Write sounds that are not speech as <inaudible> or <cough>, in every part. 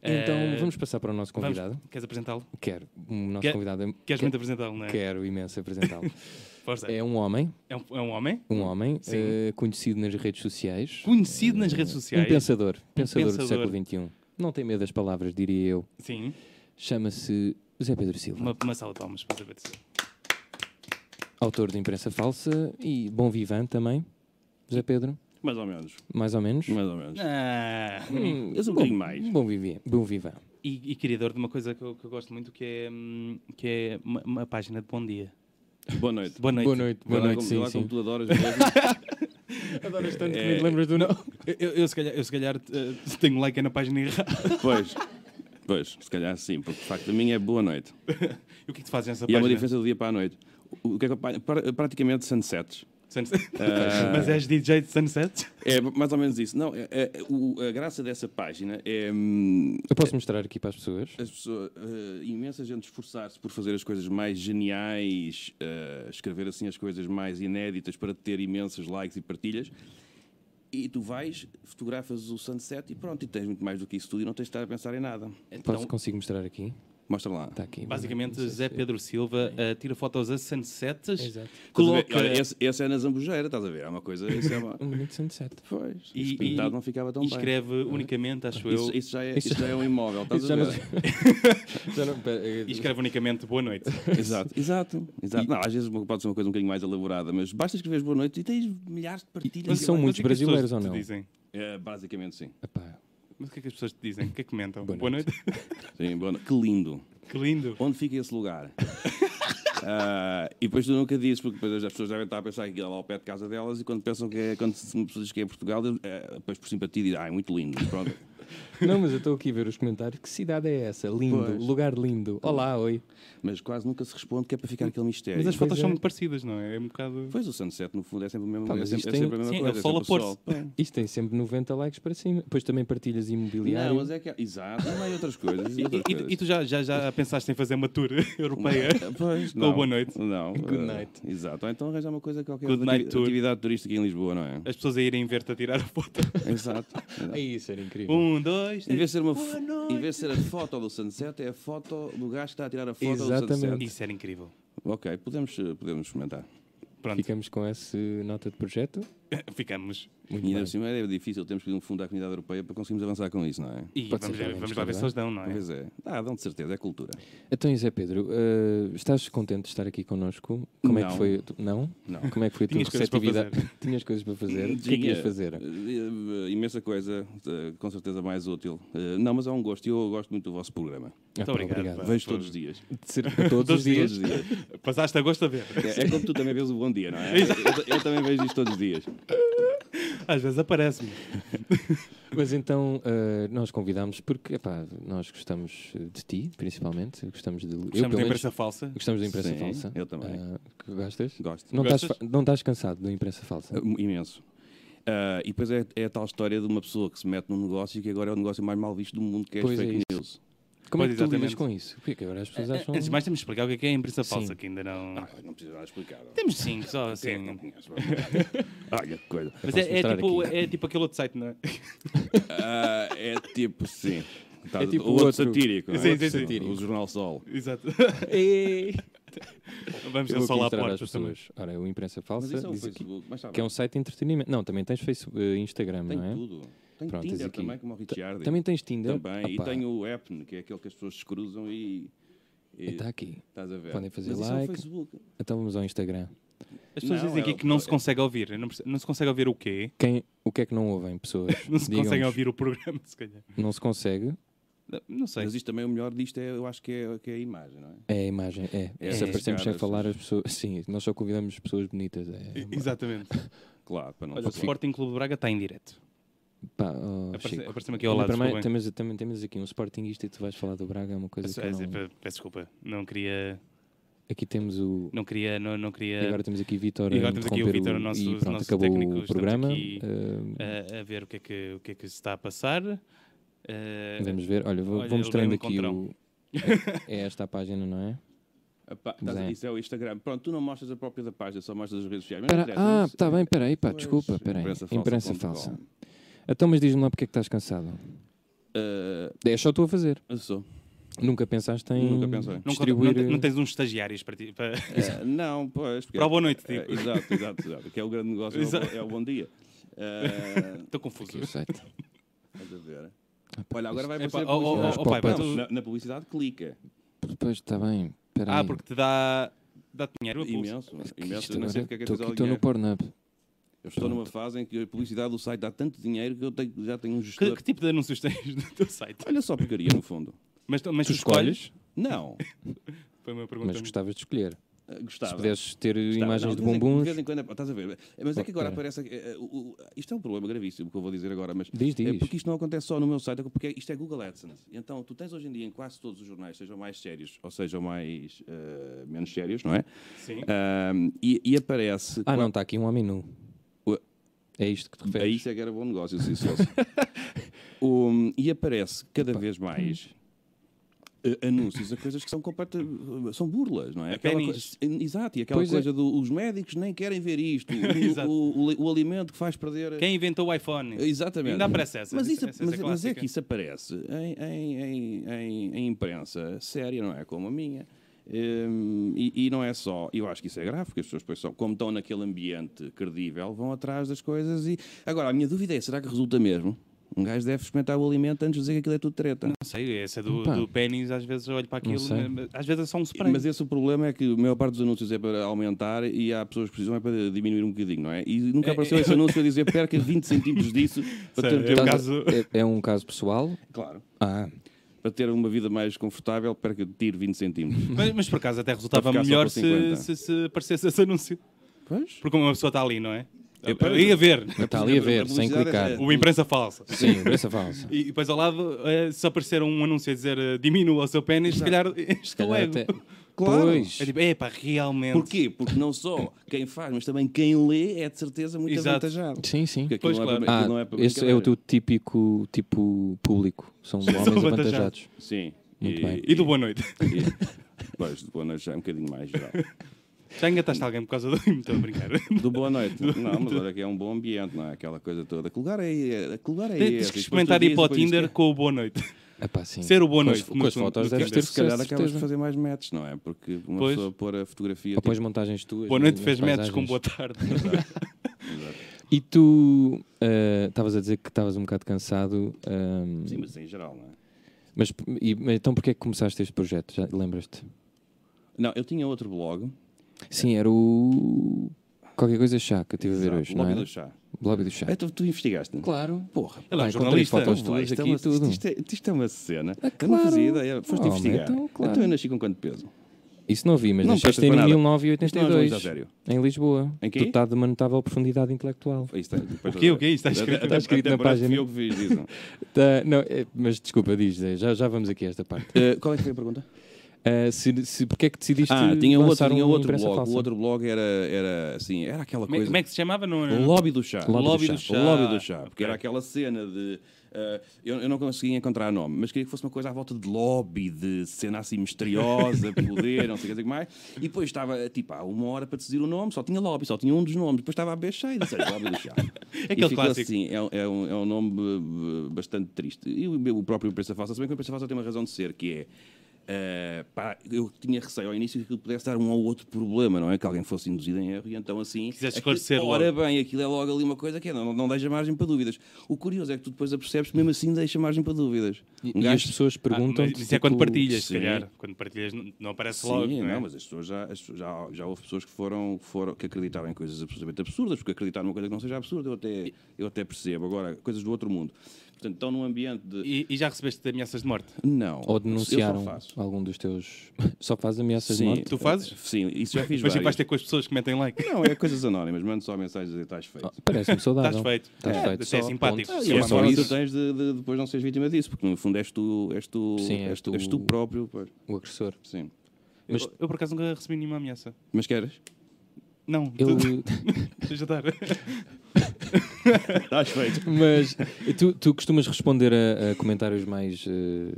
Então, Então, vamos passar para o nosso Eh, Vamos. convidado. Queres apresentá-lo? Quero. O nosso Quer- convidado é... Queres que- muito apresentá-lo, não é? Quero <laughs> imenso apresentá-lo. Força. É, é um homem, um, é um homem um homem Sim. eh, conhecido nas redes sociais. conhecido nas redes Um sociais. pensador, pensador, do pensador. século XXI. Não tem medo das palavras, diria eu. Sim. Chama-se José Pedro Silva, Uma, uma sala de palmas para saber dizer. autor de Imprensa Falsa e Bom Vivan também. José Pedro, Mais ou menos. mais ou menos. Mais ou menos. Ah, Hum, Eu sou um bom- bocadinho mais. Bom Vivan. Bom Vivan. e, e criador de uma coisa que eu, que eu gosto muito que é, hum, que é uma, uma página de bom dia. Boa noite. Boa noite. Boa noite, boa noite, sim, Olá, sim. computadoras. Adoras tanto Eh, que nem te lembras do não. Eu, eu se calhar, eu se calhar eh, tenho like na página errada. pois. Pois, se calhar sim, porque de facto a minha é boa noite. E o que é que tu fazes nessa E é uma página? diferença do dia para a noite. O o que é que eu apanho? Pra- Praticamente sunsets. Sunset. <laughs> Ah. Mas és DJ de Sunset? É mais ou menos isso. Não, é- é- o- a graça dessa página é hum, Eu posso mostrar aqui para as pessoas. as pessoas, eh, imensa gente esforçar-se por fazer as coisas mais geniais, eh, escrever assim as coisas mais inéditas para ter imensos likes e partilhas. E tu vais, fotografas o sunset e pronto, e tens muito mais do que isso tudo e não tens de estar a pensar em nada. Então, Posso, consigo mostrar aqui? Mostra lá. Está aqui. Basicamente, Não sei Zé se- Pedro Silva eh, tira fotos a sunsets, Exato. Estás a ver? coloca... Olha, esse, esse é na Zambujeira, estás a ver? É uma coisa. Isso é <laughs> uma... Um bonito sunset. pois. E- E, e- pintado não ficava tão e bem. escreve unicamente, acho Ah. Isso, eu, isso já é, isso já é um imóvel, estás Isso já a não- ver? <laughs> já não- pera, eh, e escreve unicamente boa noite. <laughs> <laughs> Exato, exato. exato. Não, às vezes pode ser uma coisa um bocadinho mais elaborada, mas basta escreveres boa noite e tens milhares de partilhas. Mas são Mas muitos o que é que as pessoas brasileiros ou te não? Dizem? É, basicamente, sim. Epá, Mas o que é que as pessoas te dizem? O que é que comentam? Boa Boa, noite. <laughs> sim boa noite. Que lindo. que lindo. Onde fica <laughs> esse lugar? Ah, e depois tu nunca dizes, porque depois as pessoas devem estar a pensar que aquilo é lá ao pé de casa delas e quando pensam que é, quando se- uma pessoa diz que é Portugal, eh, depois por simpatia dizem, ah, é muito lindo. Pronto. Não, mas eu estou aqui a ver os comentários. Que cidade é essa? Lindo, Pois. lugar lindo. Olá, oi. Mas quase nunca se responde que é para ficar aquele mistério. Mas as fotos é. são muito parecidas, não é? É um bocado... Pois o sunset, no fundo, é sempre, o mesmo, Pá, é mas sempre, isto é tem- sempre a mesma sim, é o coisa. sol a sempre o pôr-se. sol. Pá. Isto tem sempre 90 likes para cima. Depois também partilhas imobiliário. Não, mas é que. Exato, não é <laughs> outras coisas. E, E, outras e- coisas. e tu já, já, já pensaste em fazer uma tour <laughs> europeia? <laughs> Pois, Com não. boa noite. Não. Good eh, night. Exato. Ou então arranjar uma coisa qualquer. Good de night ativi- tour. Atividade turística em Lisboa, não <laughs> é? As pessoas a irem ver-te a tirar a foto. Exato. É isso, era incrível. Um, dois, Em três. vez, de ser uma Boa fo- noite. em vez de ser a foto do sunset, é a foto do gajo que está a tirar a foto do Exatamente. sunset. Isso era incrível. <laughs> Ok, podemos, eh, podemos experimentar. Pronto, Ficamos com essa nota de projeto. ficamos. Muito E ainda bem. por cima é difícil, temos que pedir um fundo à comunidade europeia para conseguirmos avançar com isso, não é? E Pode vamos, ser, ver- vamos vamos lá ver se experimentar. eles dão, não é? Talvez é. Ah, dão de certeza, é cultura. Então, e Zé Pedro, eh, estás contente de estar aqui connosco? Como é que Não. foi? tu- Não? Não. Como é que foi a tua Tinhas coisas para receptividade? <laughs> Tinhas coisas para fazer? O que é que Tinha, ias fazer? eh, eh, Imensa coisa, eh, com certeza mais útil. Eh, Não, mas é um gosto, e eu gosto muito do vosso programa. Ah, pá, obrigado, pá. Vejo pois. todos os dias. De ser todos os dias. Todos os dias. Passaste a gosto a <laughs> ver. É, é como tu também vês o bom dia, não é? Eu, eu também vejo isto todos os dias. Às vezes aparece-me. Mas então eh, nós convidámos porque epá, nós gostamos eh, de ti, principalmente. Gostamos de. Gostamos da imprensa falsa. Gostamos da imprensa Sim, falsa. eu também. Ah, que gostas? Gosto. Não estás, Gostas? fa- não estás cansado da imprensa falsa? Uh, Imenso. Uh, e depois é, é a tal história de uma pessoa que se mete num negócio e que agora é o negócio mais mal visto do mundo, que é as Pois é fake isso. news. Como é que Pois, tu lidas exatamente. com isso? Porque agora as pessoas acham. Antes <laughs> de mais, temos de explicar o que é, que é a imprensa Sim. falsa, que ainda não. Ah, não precisa nada explicar. não. Temos cinco, só Quem é que não assim. conhece? <laughs> Olha que coisa. Mas posso é, é mostrar tipo, aqui. é tipo aquele outro site, não é? Ah, é tipo, sim. Tá- É tipo o outro, outro. satírico. não é? Sim, sim, sim. O Jornal Sol. Exato. <laughs> Ei! Vamos Eu ter vou sol à aqui mostrar às porta também. pessoas. Ora, o imprensa Mas falsa isso é o diz aqui Facebook. Mas está que é bem. um site de entretenimento. Não, também tens Facebook, eh, Instagram, Tem não é? tudo. Tem Pronto, tens Tinder aqui. também, como o Richard. Também tens Tinder. Também. E Opá, tem o Apple, que é aquele que as pessoas se cruzam e... e Está aqui. Estás a ver? Então, Podem fazer Mas like. Isso é o Facebook. Então vamos ao Instagram. As pessoas Não, dizem aqui é- que não se é- consegue ouvir. Eu Não, perce- não se consegue ouvir o quê? Quem, o que é que não ouvem, pessoas? Não se Digam-nos. consegue ouvir o programa, se calhar. Não se consegue. Não sei. Mas isto também, o melhor disto é, eu acho que é, que é a imagem, não é? É a imagem, é. É, Se é, aparecemos sem caras, falar as pessoas. Sim, nós só convidamos pessoas bonitas. É. I- <laughs> Exatamente. Claro, para não Olha, o falar. Sporting Clube de Braga está em direto. Pá, oh, Aparece- Chico. Aparece-me aqui ao lado. Ainda para mais, desculpem. temos, também temos aqui um Sportingista e tu vais falar do Braga, é uma coisa Peço, que eu não- pe- peço desculpa. Não queria. Aqui temos o. Não queria. Não, não E queria agora temos aqui Vitor. é. e agora a temos aqui o interromper Vítor, o nosso- E o pronto, nosso acabou técnico, o estamos programa. aqui- Ah, a, a ver o que é que, o que, é que se está a passar. Eh, vamos ver. Olha, vou, Olha, vou ele mostrando veio aqui o. É, é esta a página, não <laughs> é? Epá, estás a- Zé. isso é o Instagram. Pronto, tu não mostras a própria da página, só mostras as redes sociais. Mas eh, não Pera, interessa, ah, isso- está bem, peraí, pá, Pois, desculpa, peraí. Imprensa falsa. imprensa falsa.com. Então, mas diz-me lá porque é que estás cansado. Ah, É só tu a fazer. <laughs> eu sou. Nunca pensaste em Nunca pensei. Não Não, conta- distribuir... eh, não, não tens uns estagiários para ti. Para... Ah, não, pois. <laughs> porque- Para boa noite, eh, Ah, tipo. exato, exato, exato. Que é o grande negócio, é o bo- Exato. é o, bom dia. Ah, Estou confuso. Eu sei. estás a ver? Olha, agora vai Epá, aparecer. a oh, oh, publicidade. oh, oh, pai, Não, mas- na, na publicidade clica. Pois está tá bem. Espera Ah, aí. porque te dá, dá dinheiro a pulso. Imenso, Que imenso. isto Eu não sei agora- porque é que tô é aqui, que Estou no Pornhub. Eu estou numa fase em que a publicidade do site dá tanto dinheiro que eu tenho- já tenho um Que, gestor. que tipo de anúncios tens <laughs> no teu site? Olha só a porcaria, no fundo. Mas, tu- mas Tu escolhes, Não, Foi uma pergunta. mas gostavas de escolher. eh, gostava. Se pudesses ter Gostava. imagens de Tá, Não, vez em- bombuns, De vez em quando, é- estás a ver? Eh, Mas é que agora Ok. aparece. eh, eh, o- o- Isto é um problema gravíssimo que eu vou dizer agora, mas. diz, É diz. porque isto não acontece só no meu site, é porque isto é Google AdSense. Então, tu tens hoje em dia em quase todos os jornais, sejam mais sérios ou sejam mais, eh, menos sérios, não é? Sim. Ahm, e, e aparece. Ah, não, está aqui um homem nu. Ué. É isto que te Aí referes. isso é que era bom negócio, se isso fosse. Um, assim. e aparece cada vez mais eh, anúncios a coisas que são completa, são burlas, não é? pénis. coisa- exato, e aquela Pois é. coisa do os médicos nem querem ver isto, Exato. o, o- o- o alimento que faz perder. Quem inventou o iPhone? Exatamente. Ainda aparece essa. Mas, isso, essa- essa mas, mas é clássica. que isso aparece em, em- em- em- em imprensa séria, não é? Como a minha. Hum, e, e não é só, eu acho que isso é grave, porque as pessoas, depois só, como estão naquele ambiente credível, vão atrás das coisas. e Agora, a minha dúvida é: será que resulta mesmo? Um gajo deve experimentar o alimento antes de dizer que aquilo é tudo treta. Não sei, essa do, Pá. do pênis, às vezes eu olho para aquilo, sei. mas- às vezes é só um spray. Mas esse o problema é que a maior parte dos anúncios é para aumentar e há pessoas que precisam é para diminuir um bocadinho, não é? E nunca É, apareceu é. esse anúncio a dizer perca 20 <laughs> centímetros disso para Sério? ter, ter Tá- um... caso- É, é um caso pessoal? Claro. Ah, para ter uma vida mais confortável, perca de tiro <laughs> 20 <laughs> centímetros. Mas, mas por acaso até resultava Para ficar só melhor com se, 50. se, se aparecesse esse anúncio. Pois? Porque uma pessoa está ali, não é? É, Eu ia ver está tá ali a a ver, sem publicidade clicar. é- o imprensa falsa. Sim, é essa <laughs> falsa. E depois ao lado, eh, se aparecer um anúncio a dizer eh, diminua o seu pênis, se calhar <laughs> este é o Calhar ego. até- um Claro. Pois. É tipo, epá, realmente. Porquê? Porque não só quem faz, mas também quem lê é de certeza muito Exato. avantajado. Sim, sim. Porque aquilo Pois, não é claro. para- Ah, aquilo não é para este é o brincadeira. teu típico tipo público. São homens avantajados. avantajados. Sim. Muito bem. E do boa noite. <laughs> e- <laughs> Pois, do Boa Noite já é um bocadinho mais geral. Já engataste alguém por causa do. <laughs> Estou a brincar. Do <laughs> Boa Noite. Não, mas olha que é um bom ambiente, não é? Aquela coisa toda. Que lugar é, que lugar é Tens que esse? E depois tu experimentar ir dizes, para o depois isto Tinder com o boa noite. Epá, sim. Ser o boa Com as- noite. Com as no- fotos no deves Tinder. ter é Se calhar sucesso, acabas de certeza. fazer mais matches, não é? Porque uma Pois. pessoa pôr a fotografia. Ou tipo, pões montagens tuas. Boa nas- noite nas fez metros com é, paisagens. boa tarde. é um E tu ah, estavas a dizer que estavas um bocado cansado. ah, Sim, mas em geral, não é? mas, e- mas então porquê é que começaste este projeto? Já lembras-te? Não, eu tinha outro blog. Sim, era o. Qualquer coisa chá que eu estive a ver Exato, hoje, não é? Lobby era? do Chá. Lobby do chá. Ah, tu, tu investigaste? Claro. Porra. Ele é um Pá, encontrei jornalista. fotos Pô, tuas isto, é aqui uma, e tudo. Ah, isto, é- isto é uma cena. Eu claro. não fazia ideia. Foste Oh, investigar. então, Então, claro. eu nasci com quanto peso? Isso não vi, mas Não nasceste prestas em para nada. Isto não é um 1982. juízo a sério. Em Lisboa. Em quê? Dotado de uma notável profundidade intelectual. Isto é- depois- O quê? O quê? Isto está escrito? Até- Está escrito até na parece página. que fui <laughs> eu que fiz, dizem. Tá, não, é, mas desculpa, diz, Zé, já, já vamos aqui a esta <laughs> parte. Eh, qual é que foi a pergunta? Ah, se, se, porque é que decidiste Ah, tinha outro, lançar tinha um outro imprensa blog. falsa? O outro blog era, era assim, era aquela Como é- coisa. como é que se chamava? Não, O lobby do chá. Lobby do Lobby chá. do chá. O lobby do chá. Porque Ok. era aquela cena de. eh, eu, eu não conseguia encontrar nome, mas queria que fosse uma coisa à volta de lobby, de cena assim <laughs> misteriosa, poder, não sei o que mais. E depois estava, tipo, há uma hora para decidir o nome, só tinha lobby, só tinha um dos nomes. Depois estava a beber chá e disse, "Olha, lobby do <laughs> chá. É E aquele ficou clássico. assim, é, um- é um, é um nome eh, bastante triste. E o, o próprio Imprensa Falsa, se bem que o Imprensa Falsa tem uma razão de ser, que é. eh, pá, eu tinha receio ao início que aquilo pudesse dar um ou outro problema, não é? Que alguém fosse induzido em erro e então assim. Quiseste esclarecer aquilo- logo. Ora bem, aquilo é logo ali uma coisa que é, não, não deixa margem para dúvidas. O curioso é que tu depois apercebes que mesmo assim deixa margem para dúvidas. Um E, e as pessoas perguntam. Ah, mas Isso é tipo, quando partilhas, se sim. calhar. Quando partilhas não- não aparece Sim, logo. não, é? não, né? mas as pessoas já, as pessoas- já, já houve pessoas que foram, que foram que acreditaram em coisas absolutamente absurdas, porque acreditar numa coisa que não seja absurda, eu até, eu até percebo. Agora, coisas do outro mundo. Portanto, estão num ambiente de. E, e já recebeste ameaças de morte? Não. Ou Eu só denunciaram faço. algum dos teus. <laughs> Só fazes ameaças de Sim. morte? Tu fazes? Sim, isso já fiz Depois sempre vais várias. ter com as pessoas que metem like. Não, é coisas anónimas, mando só mensagens e estás feito. Ah, Parece-me saudável. Estás feito. Estás É, feito. até é só, simpático. ponto. Ah, E é é uma só forma isso de- que tens de, de depois não seres vítima disso, porque no fundo és tu, és tu, Sim, és tu- és tu próprio. pois. O agressor. Sim. Mas- Eu, eu, por acaso nunca recebi nenhuma ameaça. <laughs> Mas queres? Não, tu- Ele. <laughs> <laughs> deixa estar. Estás feito. Tá Mas tu, tu costumas responder a, a comentários mais eh,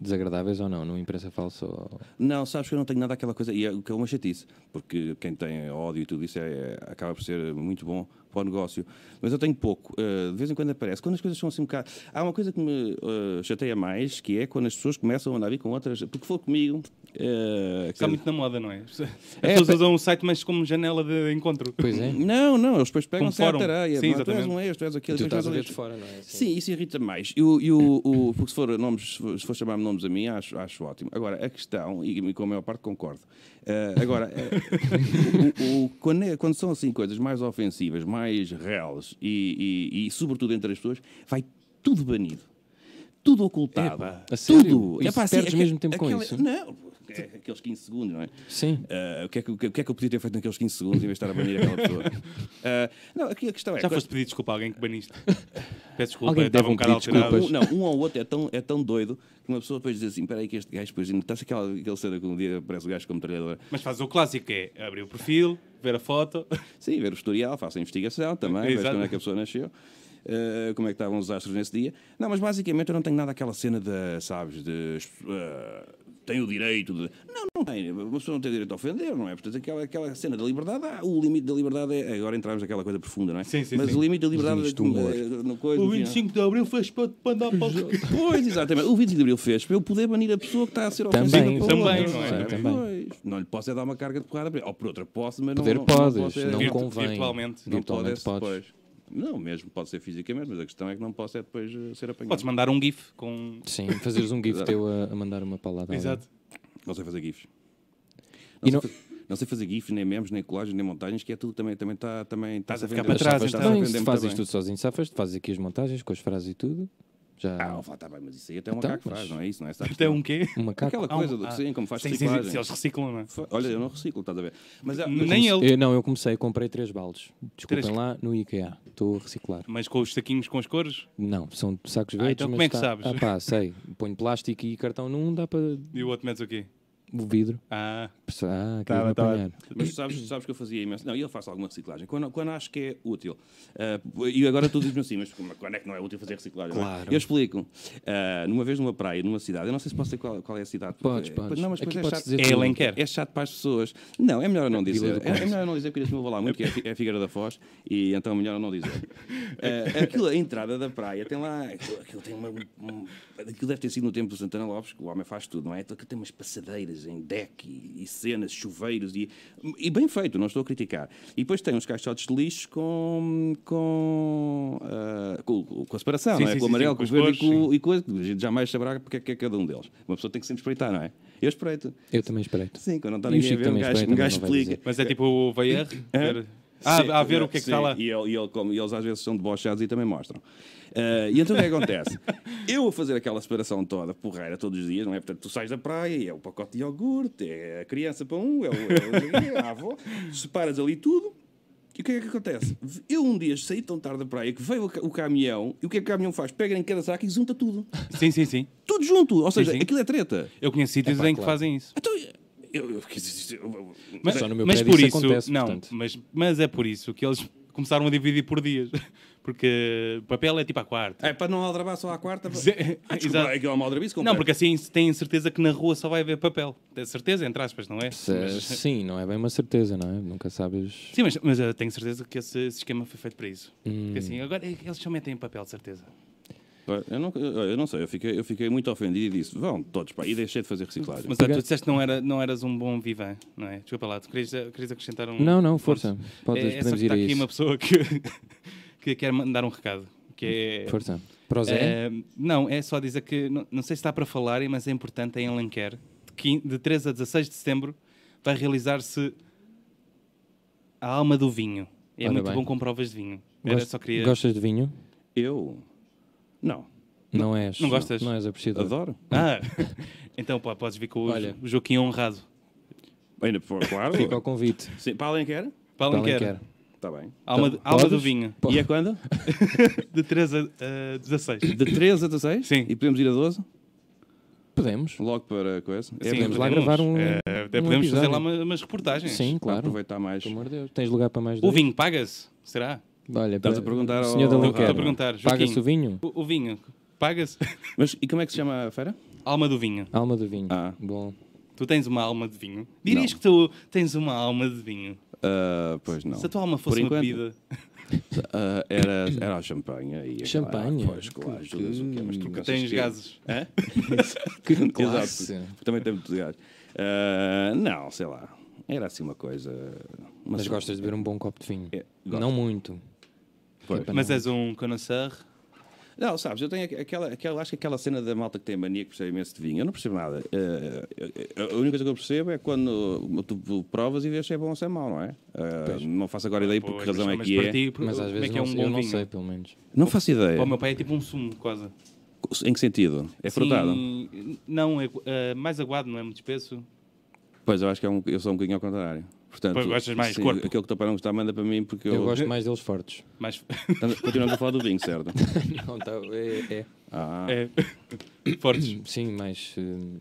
desagradáveis ou não, não imprensa falsa. Ou... Não, sabes que eu não tenho nada aquela coisa, e é, o que é uma chatice, porque quem tem ódio e tudo isso é, é- acaba por ser muito bom para o negócio. Mas eu tenho pouco, eh, de vez em quando aparece. Quando as coisas são assim um bocado. Há uma coisa que me eh, chateia mais, que é quando as pessoas começam a andar a vir com outras. Porque foi comigo. eh, Está que- muito na moda, não é? As É, pessoas pa- usam o site mais como janela de encontro. Pois é. Não, não, eles depois pegam Como certa fórum. areia. Sim, pá, tu és exatamente. um ex, tu és aquele. Tu tu és estás a um ver este. de fora, não é? Sim, isso irrita mais. E o, e o- o- porque se for, nomes, se for chamar-me nomes a mim, acho, acho ótimo. Agora, a questão, e com a maior parte concordo. eh, agora, eh, <laughs> o- o- quando, é- quando são assim coisas mais ofensivas, mais reais e, e- e, sobretudo entre as pessoas, vai tudo banido. Tudo ocultado. Epá, a sério? tudo. Isso, assim, perdes aque- mesmo tempo com aquela- isso? Não, é aqueles 15 segundos, não é? Sim. Ah, o, que é que, o que- o que é que eu podia ter feito naqueles 15 segundos em vez de estar a banir aquela <laughs> pessoa? Ah, não, aqui a questão é. Já quando- foste pedir desculpa a alguém que baniste. Peço desculpa, Alguém estava deve um um bocado pedido de alterado. desculpas. Um, não, um ao outro é tão, é tão doido que uma pessoa depois diz assim: espera aí, que este gajo, depois ainda está-se aquela, aquela cena que um dia aparece o gajo como trabalhador. Mas faz o clássico, que é abrir o perfil, ver a foto. Sim, ver o historial, faça a investigação também, vejo Exato. como é que a pessoa nasceu, eh, como é que estavam os astros nesse dia. Não, mas basicamente eu não tenho nada aquela cena de, sabes, de. eh, tem o direito de. Não, não tem. Uma pessoa não tem direito a ofender, não é? Portanto, aquela, aquela cena da liberdade, ah, o limite da liberdade é. Agora entramos naquela coisa profunda, não é? Sim, sim, Mas sim. o limite da liberdade. limites do humor. eh, no coisa, O no final. 25 de Abril fez para mandar para <laughs> o... Pois, exatamente. O 25 de Abril fez para eu poder banir a pessoa que está a ser Também, ofensiva. pelo também, outro, não é? sabe? Também. Pois. Não lhe posso é dar uma carga de porrada. Ou por outra, posso, mas não- Poder não, não, podes, posso é- não, Virtu- convém. virtualmente, não não pode é- virtualmente podes. pois. Não, mesmo pode ser fisicamente, mas a questão é que não posso é depois eh, ser apanhado. Podes mandar um gif com... Sim, fazeres um gif teu a, a mandar uma palavra. a alguém. Exato. Não sei fazer GIFs. E Não, não- sei, fa- não sei fazer GIFs, nem memes, nem colagens, nem montagens, que é tudo também. Também está também, Estás a ficar está-se vender- para trás, está-se a então. Não, vender isso muito fazes bem. tudo sozinho, safas, fazes aqui as montagens com as frases e tudo. Já Ah, está bem, mas isso aí até um Então, macaco mas- faz, não é isso? Não é essa a Até questão. um quê? um macaco. Aquela Há um- coisa do ah, sim, como faz Sim, sim, reciclagem. se eles reciclam, não é? Fa- Olha, eu não reciclo, estás a ver? Mas, há- mas Nem ele. Eu, não, eu comecei, comprei três baldes. Desculpem Três- lá, no IKEA. Estou a reciclar. Mas com os saquinhos com as cores Não, são sacos Ah, verdes. então mas como é que está- sabes? Ah, pá, sei. Ponho plástico e cartão num, dá para e o outro metes o quê? o vidro. Ah, Ah, que Tava, tava. apanhar. Mas sabes, sabes que eu fazia imenso. Não, eu faço alguma reciclagem. Quando, quando acho que é útil. Ah, e agora tu dizes-me assim, mas como- quando é que não é útil fazer reciclagem? não é? Claro. Eu explico. Ah, numa vez numa praia, numa cidade, eu não sei se posso dizer qual, qual é a cidade. Podes, porque- podes. Não, mas depois Aqui é podes chato. dizer É tudo. Alenquer. É chato para as pessoas. Não, é melhor eu não Vila dizer. do É, é melhor eu não dizer, porque assim eu vou lá muito, que é, fi- é Figueira da Foz, e então é melhor eu não dizer. <laughs> Ah, aquilo, a entrada da praia, tem lá. Aquilo, aquilo tem uma. um- aquilo deve ter sido no tempo do Santana Lopes, que o homem faz tudo, não é? Então aquilo tem umas passadeiras em deck e, e cenas, chuveiros, e, e bem feito, não estou a criticar. E depois tem uns caixotes de lixo com. com. ah, com, com a separação, Sim, não é? sim, com o sim, amarelo, sim, com o com as verde e cores, com, e com. A gente jamais saberá porque é que é cada um deles. Uma pessoa tem que sempre espreitar, não é? Eu espreito. Eu também espreito. Sim, quando não está E o ninguém a Chico ver, também um gajo, espreita, um mas gajo não vai explica. mas é tipo o VR? ver- Ah, É. Sim, a ver o que é que sim, está lá. E, ele, e ele come- e eles às vezes são debochados e também mostram. Ah, e então o que é <laughs> que acontece? Eu a fazer aquela separação toda, porreira, todos os dias, não é? Portanto, tu sais da praia, e é o pacote de iogurte, é a criança para um, é, o, <laughs> é o- a avó, separas ali tudo. E o que é que acontece? Eu um dia saí tão tarde da praia que veio o ca- o caminhão, e o que é que o caminhão faz? Pega em cada saco e junta tudo. Sim, sim, sim. Tudo junto! Ou seja, sim. aquilo é treta. Eu conheço sítios em que fazem isso. Então, eu, eu, eu- eu- Mas, Só no meu mas prédio por isso isso, acontece, não, portanto. mas, mas é por isso que eles começaram a dividir por dias. <laughs> Porque papel é tipo a quarta. É para não aldrabar só <laughs> à quarta. pá. Zé- Ah, desculpa, Exato. é que é uma aldrabice Não, completa. porque assim se têm certeza que na rua só vai haver papel. Tem certeza, entre aspas, não é? Se- Sim, não é bem uma certeza, não é? Nunca sabes. Sim, mas, mas eu tenho certeza que esse, esse esquema foi feito para isso. Hum. Porque assim, agora é- eles só metem em papel, de certeza. Olha, Eu não, eu, eu não sei, eu fiquei, eu fiquei muito ofendido e disse: vão todos para e deixei de fazer reciclagem. Mas Porque- é- olha, tu disseste que não, era, não eras um bom vivan, não é? Desculpa lá, tu querias, querias acrescentar um. Não, não, força. Pronto. Podes, é, é só podemos que ir está a aqui isso. uma pessoa que, <laughs> que quer mandar um recado. Que é, Força. Para o Zé, Eh, não, é só dizer que, não, não sei se está para falarem, mas é importante, é em Alenquer, de, quin- de 13 a 16 de setembro, vai realizar-se a Alma do Vinho. É Ora muito bem. bom com provas de vinho. Era gost- só queria... gostas de vinho? Eu? Não. Não, és. não gostas? Não és apreciador. Adoro. Ah, <laughs> então pá, podes vir com o, Hum. Olha. o Joaquim honrado. Ainda, por- claro. Fica ao convite. Sim, para além que era? Para Para quem Alenquer, quer. Está bem. Alma, Então, Alma do podes? Vinho, Pô. E é quando? de 13 a eh, 16. É, De 13 a 16? Sim. E podemos ir a 12? Podemos. Logo para a coisa? É Sim, para podemos lá Assim, podemos. gravar um. Eh, até um podemos fazer episódio. lá uma- umas reportagens. Sim, claro. Pelo aproveitar mais. amor de Deus. Tens lugar para mais O dois? vinho paga-se? Será? Olha, Estás para- a perguntar ao- senhor da ao Alenquer, Raul. Estou a perguntar, Joaquim. Paga-se o vinho? O, o vinho paga-se? <laughs> Mas e como é que se chama a feira? Alma do vinho. Alma do vinho. Ah. Bom. Tu tens uma alma de vinho? Dirias que tu tens uma alma de vinho. Ah, pois não. Se a tua alma fosse Por uma enquanto. bebida. Ah, era, era o champanhe. aí, aquela- Champanhe? Pois, claro, ajudas o quê? Mas tu Que achas Hum. tem os que- gases. Hã? <laughs> Que classe. <laughs> Exato. Também tem muitos gases. Ah, não, sei lá. Era assim uma coisa. uma Mas so- gostas de beber um bom copo de vinho? É, gosto. não muito. Pois. Epa, Mas não. és um connoisseur. Não, sabes, eu tenho aqu- aquela, aquela, acho que aquela cena da malta que tem mania que percebe imenso de vinho. Eu não percebo nada. Eh, eh, a única coisa que eu percebo é quando tu provas e vês se é bom ou se é mau, não é? Eh, não faço agora ideia por que Pois, razão é mas que para é. ti, por- Mas às como vezes é que é não- um eu bom não vinho? sei, pelo menos. Não faço ideia. Para o meu pai é tipo um sumo, quase. Em que sentido? É frutado? Sim, não, é, eh, mais aguado, não é muito espesso. Pois, eu acho que é um, eu sou um bocadinho ao contrário. Portanto, Pois, gostas mais de corpo. Aquilo que o teu pai não gostar, manda para mim porque eu... Eu <laughs> gosto mais deles fortes. <laughs> Mais... Estamos- Continuamos a falar do vinho, certo? Não, tá, é, é. <laughs> Ah, é. Fortes. Sim, mas. eh,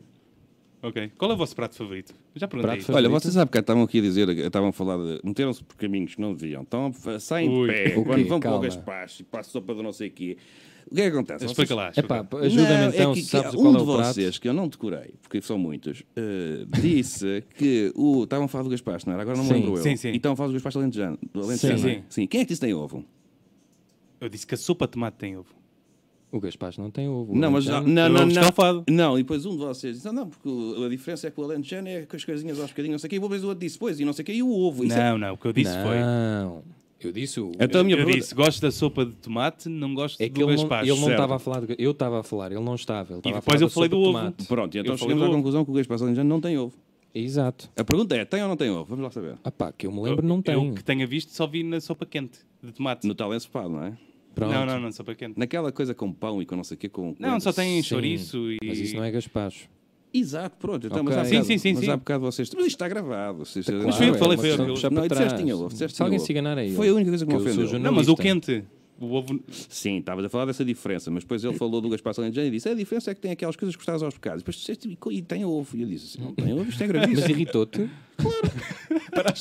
Ok. Qual é o vosso prato favorito? Já perguntei. Prato isto. Olha, favorito? vocês há bocado estavam aqui a dizer, estavam a falar de. meteram-se por caminhos que não deviam. Então, f- saem Ui. de pé, O quando quê? vão para o Calma. gaspacho e para a sopa do não sei o quê. O que é que acontece? Explica lá. explica. Epá, ajuda-me Não, então é que, se sabes que, qual um é de o prato. vocês, que eu não decorei, porque são muitos, eh, disse <laughs> que o. Estavam a falar do gaspacho, não era? Agora não me Sim, lembro eu. sim, sim. E estavam a falar do gaspacho alentejano. do alentejano, Sim, não é? sim. Sim. Quem é que disse que tem ovo? Eu disse que a sopa de tomate tem ovo. O Gaspacho não tem ovo. Não, mas. Então, não, Ovo não, não. escalfado. Não, e depois um de vocês disse, não, não, porque o- a diferença é que o alentejano é com as coisinhas aos bocadinhos, não sei o quê, e depois o outro disse, pois, e não sei o quê, e o ovo. Isso é- Não, não, o que eu disse foi. Não. Eu disse o. Então a minha eu pergunta... disse, gosto da sopa de tomate, não gosto É que do ele não, gaspacho. ele não certo? estava a falar. do- eu estava a falar, ele não estava. Ele estava a depois falar eu da falei sopa do de ovo. tomate. Pronto, e então Eu falei chegamos à do ovo. conclusão que o Gaspar Alentejano não tem ovo. Exato. A pergunta é, tem ou não tem ovo? Vamos lá saber. Ah pá, que eu me lembro, não tem. Eu que tenha visto só vi na sopa quente de tomate. No tal ensopado, não é? Pronto. Não, não, não, sopa quente. Naquela coisa com pão e com não sei o quê, com... Não, só tem Sim, chouriço e. Mas isso não é Gaspacho. Exato, pronto. Então, mas Ok. há Sim, bocado, sim, sim, mas sim. há bocado vocês... Mas isto está gravado. Vocês... Mas foi eu que falei, foi é uma eu. questão de puxar Não, para disseste trás. tinha ovo, disseste Se alguém tinha se enganar aí. Foi a única coisa que me Eu sou ofendeu. jornalista. Não, mas o Jornalista. quente. O ovo. Sim, estavas a falar dessa diferença, mas depois ele falou do Gaspar Alentejano e disse, a diferença é que tem aquelas coisas cortadas aos bocados. Depois disseste, e co- e tem ovo. E eu disse, assim, não tem ovo, isto <laughs> é Mas gravíssimo. irritou-te?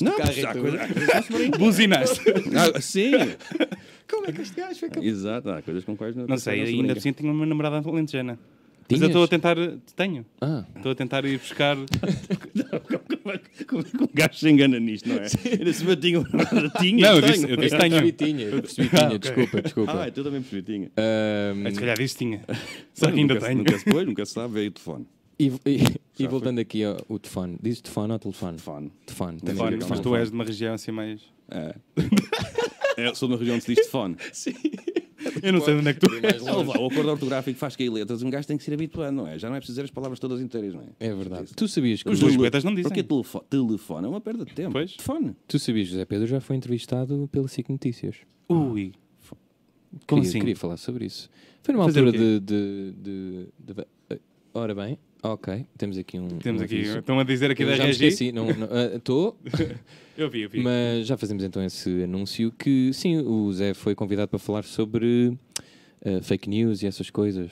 não, mas há coisa... há coisa- Buzinaste. <laughs> Ah, sim! Como é que este gajo foi Exato, há coisas com quais Não sei, é se ainda brinca. por cima tinha uma namorada alentejana. Mas eu Tinhas? estou a tentar. Tenho. Ah, Estou a tentar ir buscar. Como é que como é que um gajo se engana nisto, não é? Ainda se eu <laughs> tinha uma tinha. Não, eu disse, eu disse tenho. percebi tinha, eu percebi tinha, desculpa, é? Ah, desculpa. tu também percebi tinha. Então, Ahm, Mas se calhar disse tinha. Só que ainda nunca, se- tenho. Nunca se foi, nunca se sabe, veio o telefone. e, e- e voltando aqui ao o telefone, diz telefone ou telefone? Telefone. Telefone, Telefone, também. é Mas tu és de uma região assim mais. É. Eu É. sou de uma região onde se diz telefone. Eu não sei de onde é que tu és. Olha lá, o acordo ortográfico faz cair letras, um gajo tem que ser habituado, não é? Já não é preciso dizer as palavras todas inteiras, não é? É verdade. Tu sabias que Os o- dois poetas não dizem. Porque telefone, telefone é uma perda de tempo. Pois. Telefone. Tu sabias, José Pedro já foi entrevistado pela SIC Notícias. Ui. Como queria, assim? queria falar sobre isso. Foi numa Fazer altura o quê? de, de, de, de- eh, Ora bem, ok, temos aqui um. Temos um aqui. aviso. Estão a dizer aqui da Eu já me RG. esqueci, não- não- ah, estou, Eu vi, eu vi. mas já fazemos então esse anúncio que sim, o Zé foi convidado para falar sobre eh, fake news e essas coisas.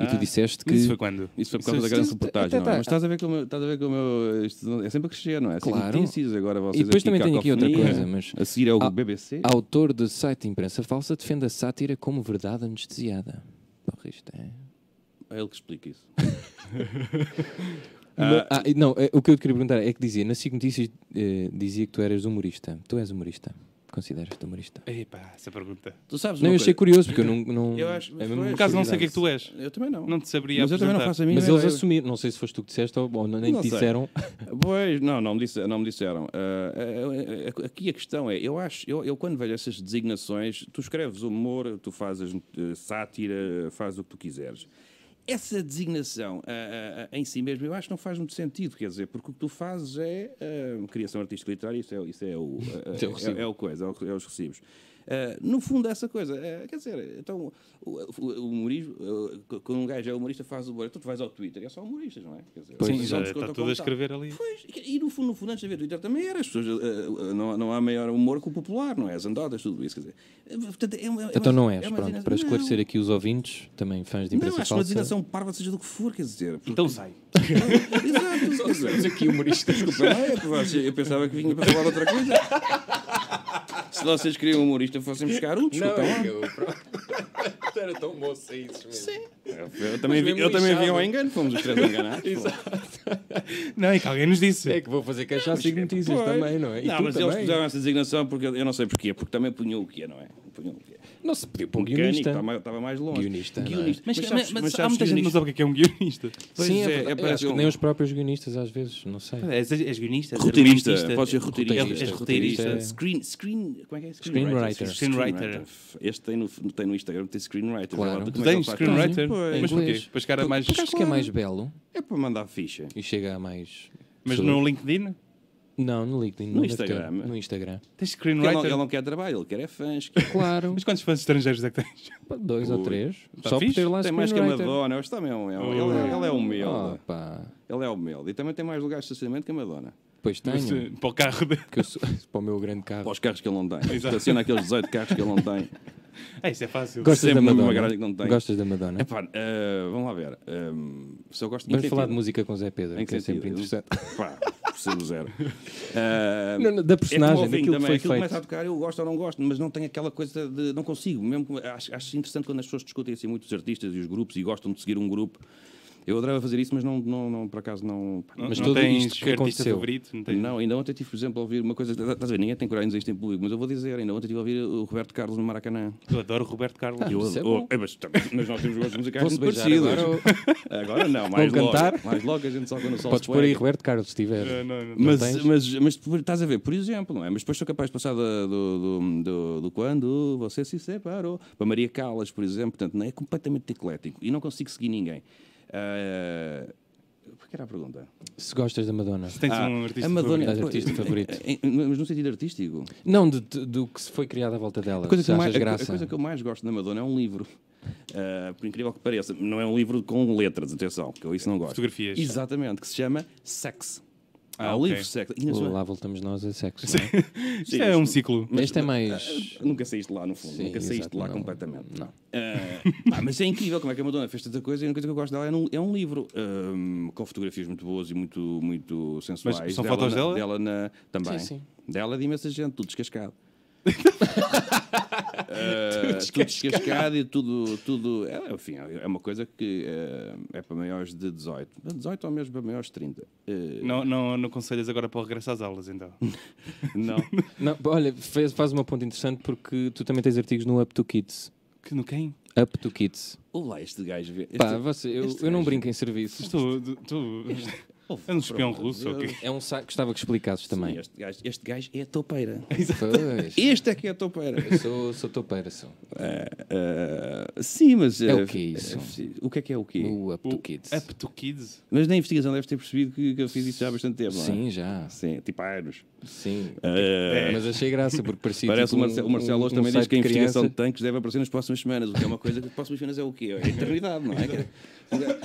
E tu disseste que. Isso foi quando? Isso Isso- Ah, foi por causa da grande isso- até reportagem, não tá- é? Mas estás a ver como eu- estás a ver como eu- isto é sempre a crescer, não é? Assim, Claro. Notícias, agora vocês E depois aqui, também tenho aqui outra cacofonia. coisa, <laughs> mas- A seguir é o Ah. BBC. Autor do site Imprensa Falsa defende a sátira como verdade anestesiada. Porra, isto é. É ele que explica isso. Mas- ah, e não, eh, o que eu te queria perguntar é que dizia, na SIC Notícias eh, dizia que tu eras humorista. Tu és humorista. Consideras-te humorista? Epá, essa pergunta. Tu sabes Não, uma eu achei coisa? curioso, porque eu <laughs> não. não Eu acho- mesmo foi- uma Por acaso não sei o que é que tu és. Eu também não. Não te saberia mas eu também não apresentar. faço a mim. Mas eles assumiram, não sei se foste tu que disseste ou, ou nem Não te sei. disseram. Pois, não, não me, disse, não me disseram. Ah, ah, ah, aqui a questão é, eu acho, eu, eu quando vejo essas designações, tu escreves humor, tu fazes eh, sátira, fazes o que tu quiseres. Essa designação ah, ah, ah, em si mesmo, eu acho que não faz muito sentido, quer dizer, porque o que tu fazes é ah, criação artística literária, isso é, isso <laughs> é o, ah, Isso é o ah, recibo. é o coisa, é, o- é os recibos. Ah, no fundo, é essa coisa, Ah, quer dizer, então o, o- o humorismo, ah, quando um gajo é humorista, faz o humor, então tu vais ao Twitter, e é só humoristas, não é? Quer dizer, Sim, eles já não está descontam tudo como a tal. escrever ali. Pois, e no fundo, no fundo, antes de haver Twitter também era. As pessoas, eh, eh, não, não há maior humor que o popular, não é? As andotas, tudo isso. Quer dizer, Eh, portanto, é uma- é uma- Então não és, é uma pronto, designação- para esclarecer não, aqui os ouvintes, também fãs de imprensa Não, acho uma falsa. designação parva, seja do que for, quer dizer. <laughs> porque- Então sai. Exato, só somos aqui humoristas. Desculpa, não é? Porque Eu pensava que vinha para falar de outra coisa. <laughs> Se vocês queriam um humorista, fossem buscar um, desculpa. lá. eu, pronto. era tão bom sair isso mesmo. Sim. Eu também, Mas vi, mesmo eu também vi lixado. ao engano, fomos os três enganados. Não, e que alguém nos disse. É que vou fazer queixar Mas, cinco notícias pois. também, não é? E não, tu mas eles também. fizeram essa designação porque eu não sei porquê, porque também punhou o que é, não é? Punhou o que é. Não se pediu para um Mecânico, guionista. estava, estava mais longe. Guionista, não é? Mas, mas, sabes- mas mas há sabes muita gente que não guionista- sabe o que é um guionista. Sim, Pois é, é, verdade. parece acho que um- é. nem os próprios guionistas às vezes, não sei. És, és guionista, és Roteirista, argumentista, pode ser roteirista. És Roteirista, roteirista. roteirista. Screen, screen, como é que é? Screenwriter. Screenwriter. Este tem no, tem no Instagram, tem screenwriter. Claro. Agora, Tu como é que ele tens faz? screenwriter? Pois. Mas Inglês. porquê? Para chegar a mais... Porque acho que é mais belo É para mandar ficha. e chega a mais. Mas pessoas. no LinkedIn? Não, no LinkedIn. No não deve ter. Instagram. é. No Instagram. Tens Porque Ele screenwriter? não, ele não quer trabalho, ele quer é fãs. Quer... <laughs> Claro. Mas quantos fãs estrangeiros é que tens? Pá, Dois ou Ui. três. Tá Só por fixe? ter lá Tem mais que a screenwriter. Madonna. Hoje também é um, é um, Oh. ele, é- ele é humilde. Oh, pá. Ele é humilde. E também tem mais lugares de estacionamento que a Madonna. Pois tenho. eh, Para o carro dele. Que eu sou- <laughs> para o meu grande carro. Para os carros que ele não tem. Exato. Estaciona aqueles 18 carros que ele não tem. <laughs> Ah, isso é fácil. Gostas Sempre da numa Madonna? garagem que não tem. Gostas da Madonna? Epá, eh, vamos lá ver. Ehm, se eu gosto em Vamos que falar de sentido? música com o Zé Pedro, Em que é sentido? sempre interessante. Pá, percebo zero. <laughs> Eh, Não, não, da é como personagem, ao vinho daquilo que também. foi aquilo começa a feito. tocar, eu gosto ou não gosto, mas não tem aquela coisa de não consigo. Mesmo, que- acho, acho interessante quando as pessoas discutem assim muito os artistas e os grupos e gostam de seguir um grupo. Eu adorava fazer isso, mas não, não, não por acaso não. pá, Mas não tudo tens isto que artista aconteceu. favorito? Não tens... Não, ainda ontem tive, por exemplo, a ouvir uma coisa. Estás a ver, ninguém tem coragem de dizer isto em público, mas eu vou dizer. Ainda ontem estive a ouvir o Roberto Carlos no Maracanã. Eu adoro o Roberto Carlos. Eu isso é adoro- bom. É, mas, também- mas nós temos gostos musicais Vou-se muito beijar parecidos. agora ou- Agora não, mais Vão logo. cantar? Mais logo a gente só quando o sol Podes se pôr aí põe. Roberto Carlos, se tiver. É, Não, Ah, não, não. Mas, tens? mas, mas por- estás a ver, por exemplo, não é? Mas depois sou capaz de passar da- do, do, do- do quando você se separou para Maria Callas, por exemplo. Portanto, não é completamente eclético e não consigo seguir ninguém. Ah, Qual que era a pergunta? Ah, Se gostas da Madonna. Tens um artista a Madonna, é, favorito? favorito. Artista favorito. Em- em- mas no sentido artístico. Não, de- de- do que se foi criado à volta dela. A coisa, que se eu achas mais, a- graça. a coisa que eu mais gosto da Madonna é um livro. Ah, por incrível que pareça, não é um livro com letras, atenção, que eu isso não gosto. Fotografias. Exatamente, que se chama Sex. Ah, Há um ok. livro Sex. E na sua- Lá voltamos nós a sexo. não Isto é um ciclo. é? Este é mais. Nunca saíste lá, no fundo. Sim, Nunca saíste exato, lá não. completamente. Não. Ah, pá, mas é incrível como é que a Madonna fez tanta coisa. E uma coisa que eu gosto dela é, num- é um livro ahm, com fotografias muito boas e muito, muito sensuais. Mas são fotos na- dela? dela na, também. Sim, sim. Dela é de imensa gente, <laughs> tudo descascado. Ah, tudo descascado e tudo, tudo é, enfim, é uma coisa que ah, é para maiores de 18 18 ou mesmo para maiores de 30 Ah, Não, não, não aconselhas agora para o regresso às aulas, então. não, Não, olha, fez- faz uma ponta interessante porque tu também tens artigos no Up to Kids. <laughs> Que no quem? Up to Kids. Olha lá este gajo vê- este- Pá, você, eu, este eu não gajo. brinco em serviços. Estou. <laughs> estou- É um espião russo ou o quê? É um saco, gostava que explicasses também. Este gajo, este gajo é <laughs> a toupeira. Pois. Este é que é a toupeira. Eu sou, sou topeira, sou. Ah, ah, sim, mas. É ah, o quê isso? ah, o que é que é o quê? O Up O to Kids. Up to Kids? Mas na investigação deves ter percebido que, que eu fiz isso já há bastante tempo, não é? Sim, já. Sim, tipo há anos. Sim. Ah, É, Mas achei graça porque parecia. Parece tipo, o Marcelo, o Marcelo um- hoje um também diz site que de a investigação de criança. tanques deve aparecer nas próximas semanas, o que é uma coisa que as próximas semanas é o quê? É a <laughs> eternidade, não é? Que é-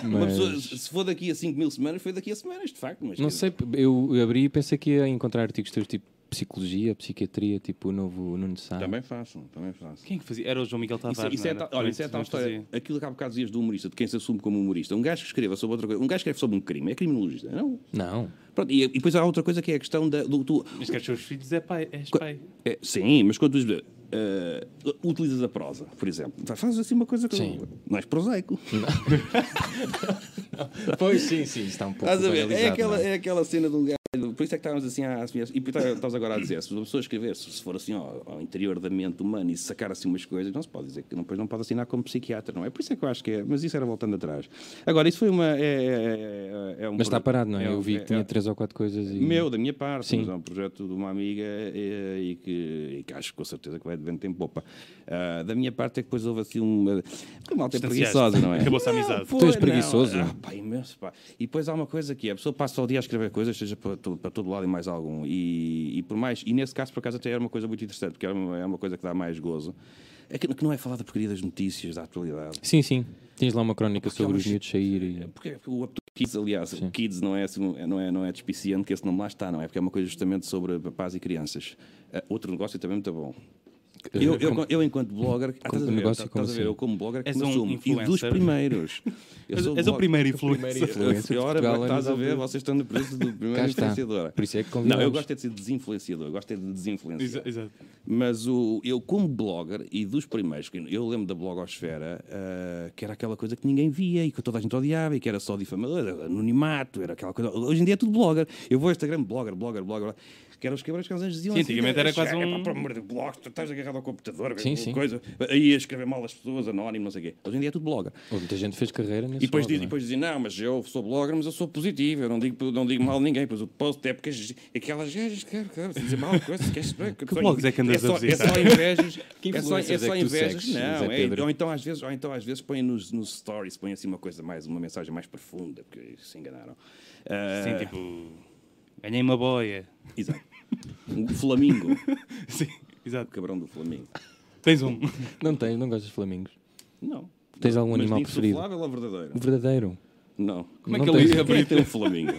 Uma Mas- pessoa, se for daqui a 5 mil semanas, foi daqui a semanas, de facto. Mas Não sei, eu abri e pensei que ia encontrar artigos teus tipo psicologia, psiquiatria, tipo o novo Nuno Sá. Também faço, também faço. Quem é que fazia? Era o João Miguel Tavares. Isso, isso não é era? tal, olha, isso é Também tal história. fazia. Aquilo que há bocado dias do humorista, de quem se assume como humorista. Um gajo que escreva sobre outra coisa. Um gajo que escreve sobre um crime. É criminologista, não? Não. Pronto, e, e depois há outra coisa que é a questão da, do. do Mas queres seus filhos? É pai. És pai. é, sim, mas quando tu eh, utilizas a prosa, por exemplo. Fazes assim uma coisa que. Sim. Um Não és prosaico. Pois sim, sim, está um pouco. Estás a ver? É banalizado, aquela, não é? é aquela cena de um gajo. Por isso é que estávamos assim a assumir. E estás agora a dizer: se uma pessoa escrever, se se for assim ao, ao interior da mente humana e sacar assim umas coisas, não se pode dizer que não- depois não pode assinar como psiquiatra, não é? Por isso é que eu acho que é. Mas isso era voltando atrás. Agora, isso foi uma. É, é- é- é um Mas está projeto- parado, não é? um- Eu vi é- que tinha é- três ou quatro coisas e. Meu, da minha parte, Sim. mas é um projeto de uma amiga eh, e, que, e que acho com certeza que vai de vento em popa. Ah, da minha parte é que depois houve assim uma. Porque malta é preguiçosa, não é? Acabou-se a amizade. pô, Tu és não. preguiçoso. Ah, pá, imenso, pá. E depois há uma coisa que é, a pessoa passa o dia a escrever coisas, seja para, to- para todo lado e mais algum. E, e por mais, e nesse caso, por acaso, até era uma coisa muito interessante, porque era uma, é uma coisa que dá mais gozo. É que, que não é falar da porcaria das notícias da atualidade. Sim, sim. Tinhas lá uma crónica sobre é os uma miúdos sair e. Porque porque o Up to Kids, aliás, o Kids não é, assim, não, é, não é despiciante que esse nome lá está, não é? Porque é uma coisa justamente sobre papás e crianças. Ah, outro negócio também muito bom. Eu, eu, eu, enquanto blogger, ah, estás a ver, negócio e estás como a ver, assim? eu como blogger que És me um assumo. E dos influencer. primeiros. Eu És, sou és o blog- primeiro influencer. primeiro- Influencer de E ora, Portugal é estás a nível ver, de- vocês estão na presença do Cá primeiro está. influenciador. Por isso é que Não, convidamos. eu gosto é de ser desinfluenciador, eu gosto é de <laughs> desinfluenciar. Exa- Exato. Mas o, eu, como blogger, e dos primeiros, que eu lembro da blogosfera, ah, que era aquela coisa que ninguém via e que toda a gente odiava e que era só difamador, era anonimato, era aquela coisa. Hoje em dia é tudo blogger. Eu vou ao Instagram, blogger, blogger, blogger. Que eram os quebras que às vezes diziam Sim, assim, antigamente era quase "Chega, um- pá, Por amor de blog, tu estás agarrado ao computador, Sim, sim. coisa, aí a escrever mal as pessoas, anónimo, não sei o quê. Hoje em dia é tudo blogger. Ou Muita gente fez carreira nesse E depois, modo, diz, não é? depois dizem, não, mas eu sou blogger, mas eu sou positivo, eu não digo, não digo mal a ninguém, pois o post é porque as- aquelas gajas que que- se dizem mal coisas, que, que, que só- blogs é que andas só- a visitar? É só invejas, <laughs> Que é só, é influencers é só que tu invejas, segues, não, José é, Pedro? ou, então, às vezes, ou então às vezes põem nos, nos stories, põem assim uma coisa mais, uma mensagem mais profunda, porque se enganaram. É. Ah, Sim, tipo. Ganhei uma <laughs> boia. Exato. O Flamingo, Sim, o exato. cabrão do Flamingo. Tens um. Não tens, não gostas de flamingos. Não. Tens algum Mas animal digo preferido? insuflável ou verdadeiro? O verdadeiro. Não. Como é que ele ia abrir um Flamingo?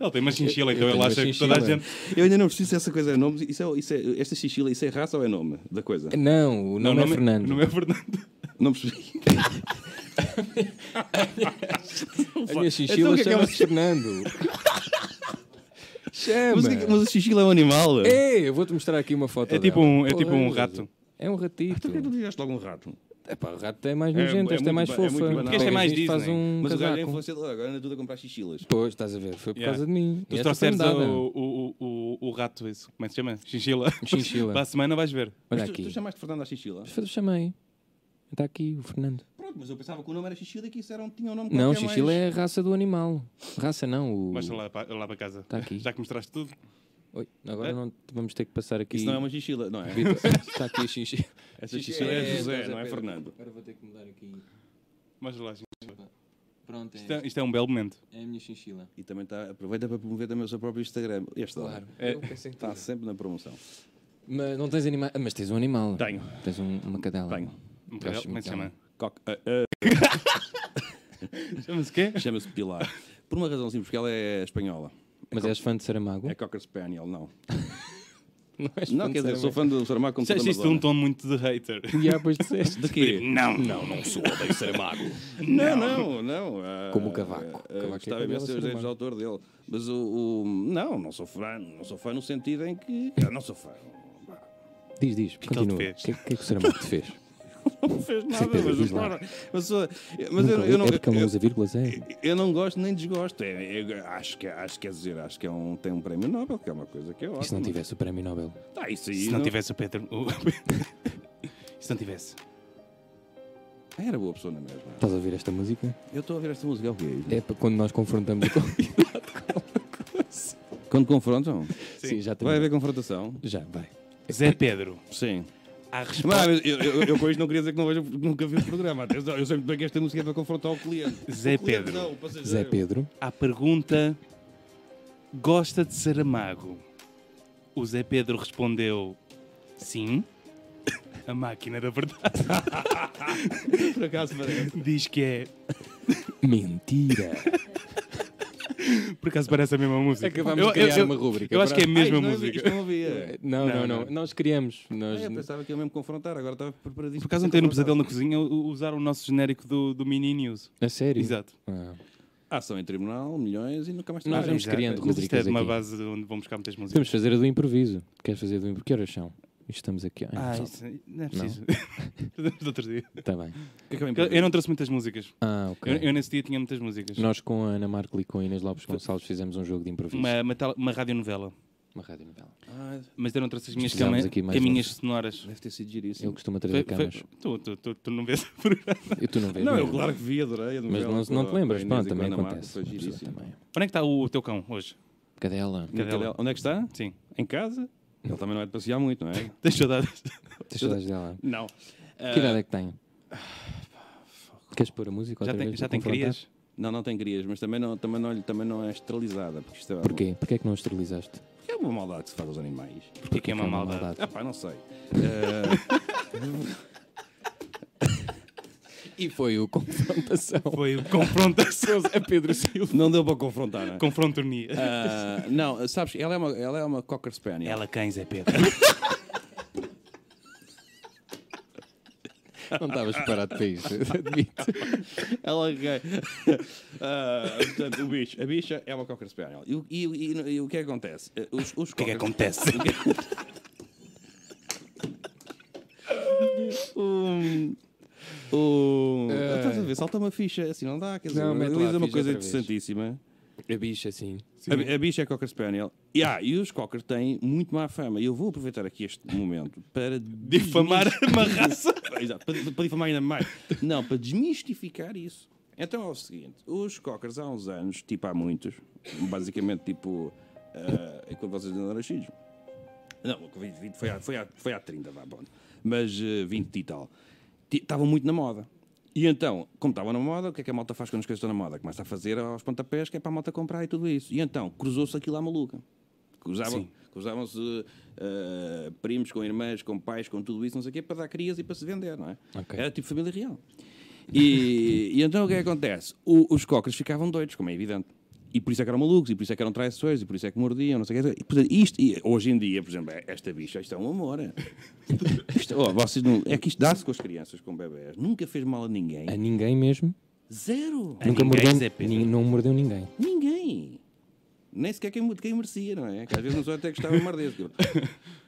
Ele tem uma chinchila, então eu ele tenho acha uma que toda a chinchila. gente. Eu ainda não preciso se essa coisa é nome. Isso é, isso é, esta chinchila, isso é raça ou é nome da coisa? Não, o nome é Fernando. Não é Fernando. <laughs> Não percebi. A minha Então chinchila o que é que é uma- chama-se Fernando. Chama. Mas, o que é que- mas a chinchila é um animal. Ei, eu vou-te mostrar aqui uma foto É tipo dela. um- é tipo um Pois. rato. É um ratito. Porquê que não tiveste logo um rato? É pá, o rato é mais nojento, é esta é muito mais ba- é fofa. muito banal. este Porque é Pegas mais nisto, faz Disney. um Mas o gajo é casaco. influenciador, agora anda tudo a comprar chinchilas. Pois, estás a ver, foi por Yeah. causa de mim. Tu Esta trouxeres foi-me dada. o, o, o, o rato, isso. Como é que se chama? Chinchila. <laughs> Chinchila. Para a semana vais ver. Olha Mas tu, tu aqui. chamaste Fernando à chinchila? Eu chamei. Está aqui o Fernando. Pronto, mas eu pensava que o nome era chinchila e que isso era um, tinha um nome Não, qualquer Xixila mais... é a raça do animal. Raça não, o... Mostra lá, pa- lá para casa. Tá aqui. Já que mostraste tudo. Oi, agora não vamos ter que passar aqui. Isso não é uma chinchila, não é? Vitor, <laughs> está aqui a xixi. Essa chinchila é José, estás a não é ver. Fernando. Agora vou ter que mudar aqui. Mostra lá. gente. Pronto, Isto é, isto é um belo momento. é a minha chinchila. E também está, aproveita para promover também o seu próprio Instagram. Este Claro. homem Eu pensei que Está É, tá sempre na promoção. Mas não tens animal. Mas tens um animal. Tenho. Tens um- uma cadela. Tenho. Um Eu acho belo- Como é que se chama? muito Cock- ah, ah, Chama-se o quê? Chama-se Pilar. Por uma razão simples, porque ela é espanhola. Mas és fã de Saramago? <laughs> É Cocker Spaniel, não. Não és Não, quer dizer, sou fã do Saramago como Disseste isto de um tom muito de hater. <laughs> E há, pois disseste. De quê? Não, não, não sou. Odeio Saramago. Não, não, não. ah, Como o Cavaco. Cavaco ah, é Gostava cabelo imenso de ser ser humano. de autor dele. Mas o, o- Não, não sou fã. Não sou fã no sentido em que. Eu não sou fã. <laughs> Diz, diz, que ele te continua. O que, é fez? que, é que o Saramago te fez? Não fez nada, Pedro, mas, diz o lá. cara- mas, sou- mas eu, Nunca li- eu não. é porque ele não eu- usa vírgulas, é? eu não gosto nem desgosto. É, eu acho que acho que quer dizer, acho que é um, tem um prémio Nobel, que é uma coisa que eu E acho. se não tivesse o prémio Nobel? Ah, isso aí. Se não tivesse o Pedro. o- <laughs> Se não tivesse. Era boa pessoa na mesma. Estás a ouvir esta música? Eu estou a ouvir esta música, é o quê? É para quando nós confrontamos o convidado. É. Quando confrontam? Sim, já Vai tem. haver confrontação? Já, vai. Zé Pedro. Sim. Há Não, resposta. mas eu, eu, eu com isto não queria dizer que não vejo, nunca vi o programa. Atenção, eu sempre que esta música é para confrontar o cliente. Zé O cliente Pedro. não, o passageiro. Zé Pedro. à pergunta Gosta de Saramago? O Zé Pedro respondeu Sim. A máquina da verdade <laughs> Por acaso parece. diz que é. Mentira! Por acaso parece a mesma música. Acabamos de criar uma rúbrica Eu acho que para- é a mesma Ah, isto não havia- música. Isto não havia. Não, não, Não, não. não. Nós criamos. Nós... Ah, eu pensava que ia mesmo confrontar, agora estava preparadíssimo. Por acaso ontem no pesadelo na cozinha u- usaram o nosso genérico do, do Mini News. A sério? Exato. Ah. Ação em tribunal, milhões e nunca mais Nós trabalhei. vamos Exato. criando Mas isto é rubricas de uma aqui. base onde vão buscar muitas músicas. Podemos fazer a do improviso. Queres fazer a do improviso? Que horas são? Estamos aqui. Ah, Ah, isso não é <laughs> preciso. Fazemos do outro dia. Está tá bem. Que é que Eu, eu eu improviso? não trouxe muitas músicas. Ah, ok. Eu, eu nesse dia tinha muitas músicas. Nós com a Ana Marco e com a Inês Lopes Gonçalves fizemos um jogo de improviso. Uma, Uma, uma, tal- uma radionovela. uma radionovela. Ah, Mas eu não trouxe as minhas Precisamos cama- aqui mais caminhas longe. sonoras. deve ter sido Ele giríssimo. costuma trazer Foi- camas. foi- tu, tu, tu, tu não vês <laughs> o programa. E tu não vês Não, eu mesmo. claro que vi, adorei. a Mas não, novela com não a- te com a lembras. Inês e Pronto, com a também Ana Marta, acontece. é Foi Uma pessoa giríssimo. também. Onde é que está o, o teu cão hoje? Cadela. Cadela. Cadela. Onde é que está? Sim. Em casa? Ele também não é de passear muito, não é? Tens saudades? <laughs> Tens saudades dela. Não. Que idade é que tem? Queres pôr a música Ah, Já outra tem, vez? já para tem confrontar? crias? Não, não tem crias, mas também não, também não, também não é esterilizada. Porque isto é, Porquê? Porquê é que não a esterilizaste? Porque é uma maldade que se faz aos animais. Porque que é uma maldade. <laughs> Ah <laughs> pá, não sei. Eh, E foi o confrontação. Foi o <laughs> confrontação. a Pedro Silva. Não deu para confrontar, não é? Confrontonia. Ah, não, sabes, ela é uma, ela é uma Cocker Spaniel. Ela cães é Pedro. <laughs> Não estavas preparado para isto. <laughs> Admito. Ela é gay. <laughs> Ah, portanto, o bicho, a bicha é uma Cocker Spaniel. E, o- e o- e no- e o que é que acontece? Eh, Os, os que é que Cocker- acontece? Um, um, Estás a ver? Salta uma ficha, assim não dá. Quer dizer, Eh, Não, mete lá a realiza uma ficha coisa outra vez. interessantíssima. A bicha, sim. A, a bicha é Cocker Spaniel. E, ah, e os Cocker têm muito má fama. E eu vou aproveitar aqui este momento para Difamar uma <laughs> raça. Exato, para, para difamar ainda mais. Não, para desmistificar isso. Então é o seguinte: os Cockers há uns anos, tipo há muitos, basicamente tipo ah, enquanto vocês ainda não eram nascidos. Não, o Covid vinte foi, há- foi, há- foi há 30, vá, bom. Mas eh, 20 e tal. Ti- Estavam muito na moda. E então, como estavam na moda, o que é que a malta faz quando as coisas estão na moda? Começa a fazer aos pontapés, que é para a malta comprar e tudo isso. E então, cruzou-se aquilo à maluca. Cruzavam- Cruzavam-se eh, primos com irmãs, com pais, com tudo isso, não sei o quê, para dar crias e para se vender, não é? Ok. Era tipo família real. E, e então o que é que acontece? O- os cocas ficavam doidos, como é evidente. E por isso é que eram malucos, e por isso é que eram traiçoeiros, e por isso é que mordiam, não sei o quê. E, portanto, isto, e hoje em dia, por exemplo, é- esta bicha, isto é um amor. é. Isto- oh, vocês não- é que isto dá-se com as crianças, com bebés. Nunca fez mal a ninguém. A ninguém mesmo. Zero. Nunca ninguém, mordeu, Zé Pedro. nin- não mordeu ninguém. Ninguém. Nem sequer quem, quem merecia, não é? Que às vezes não só até gostava de morder. Tipo, tipo, a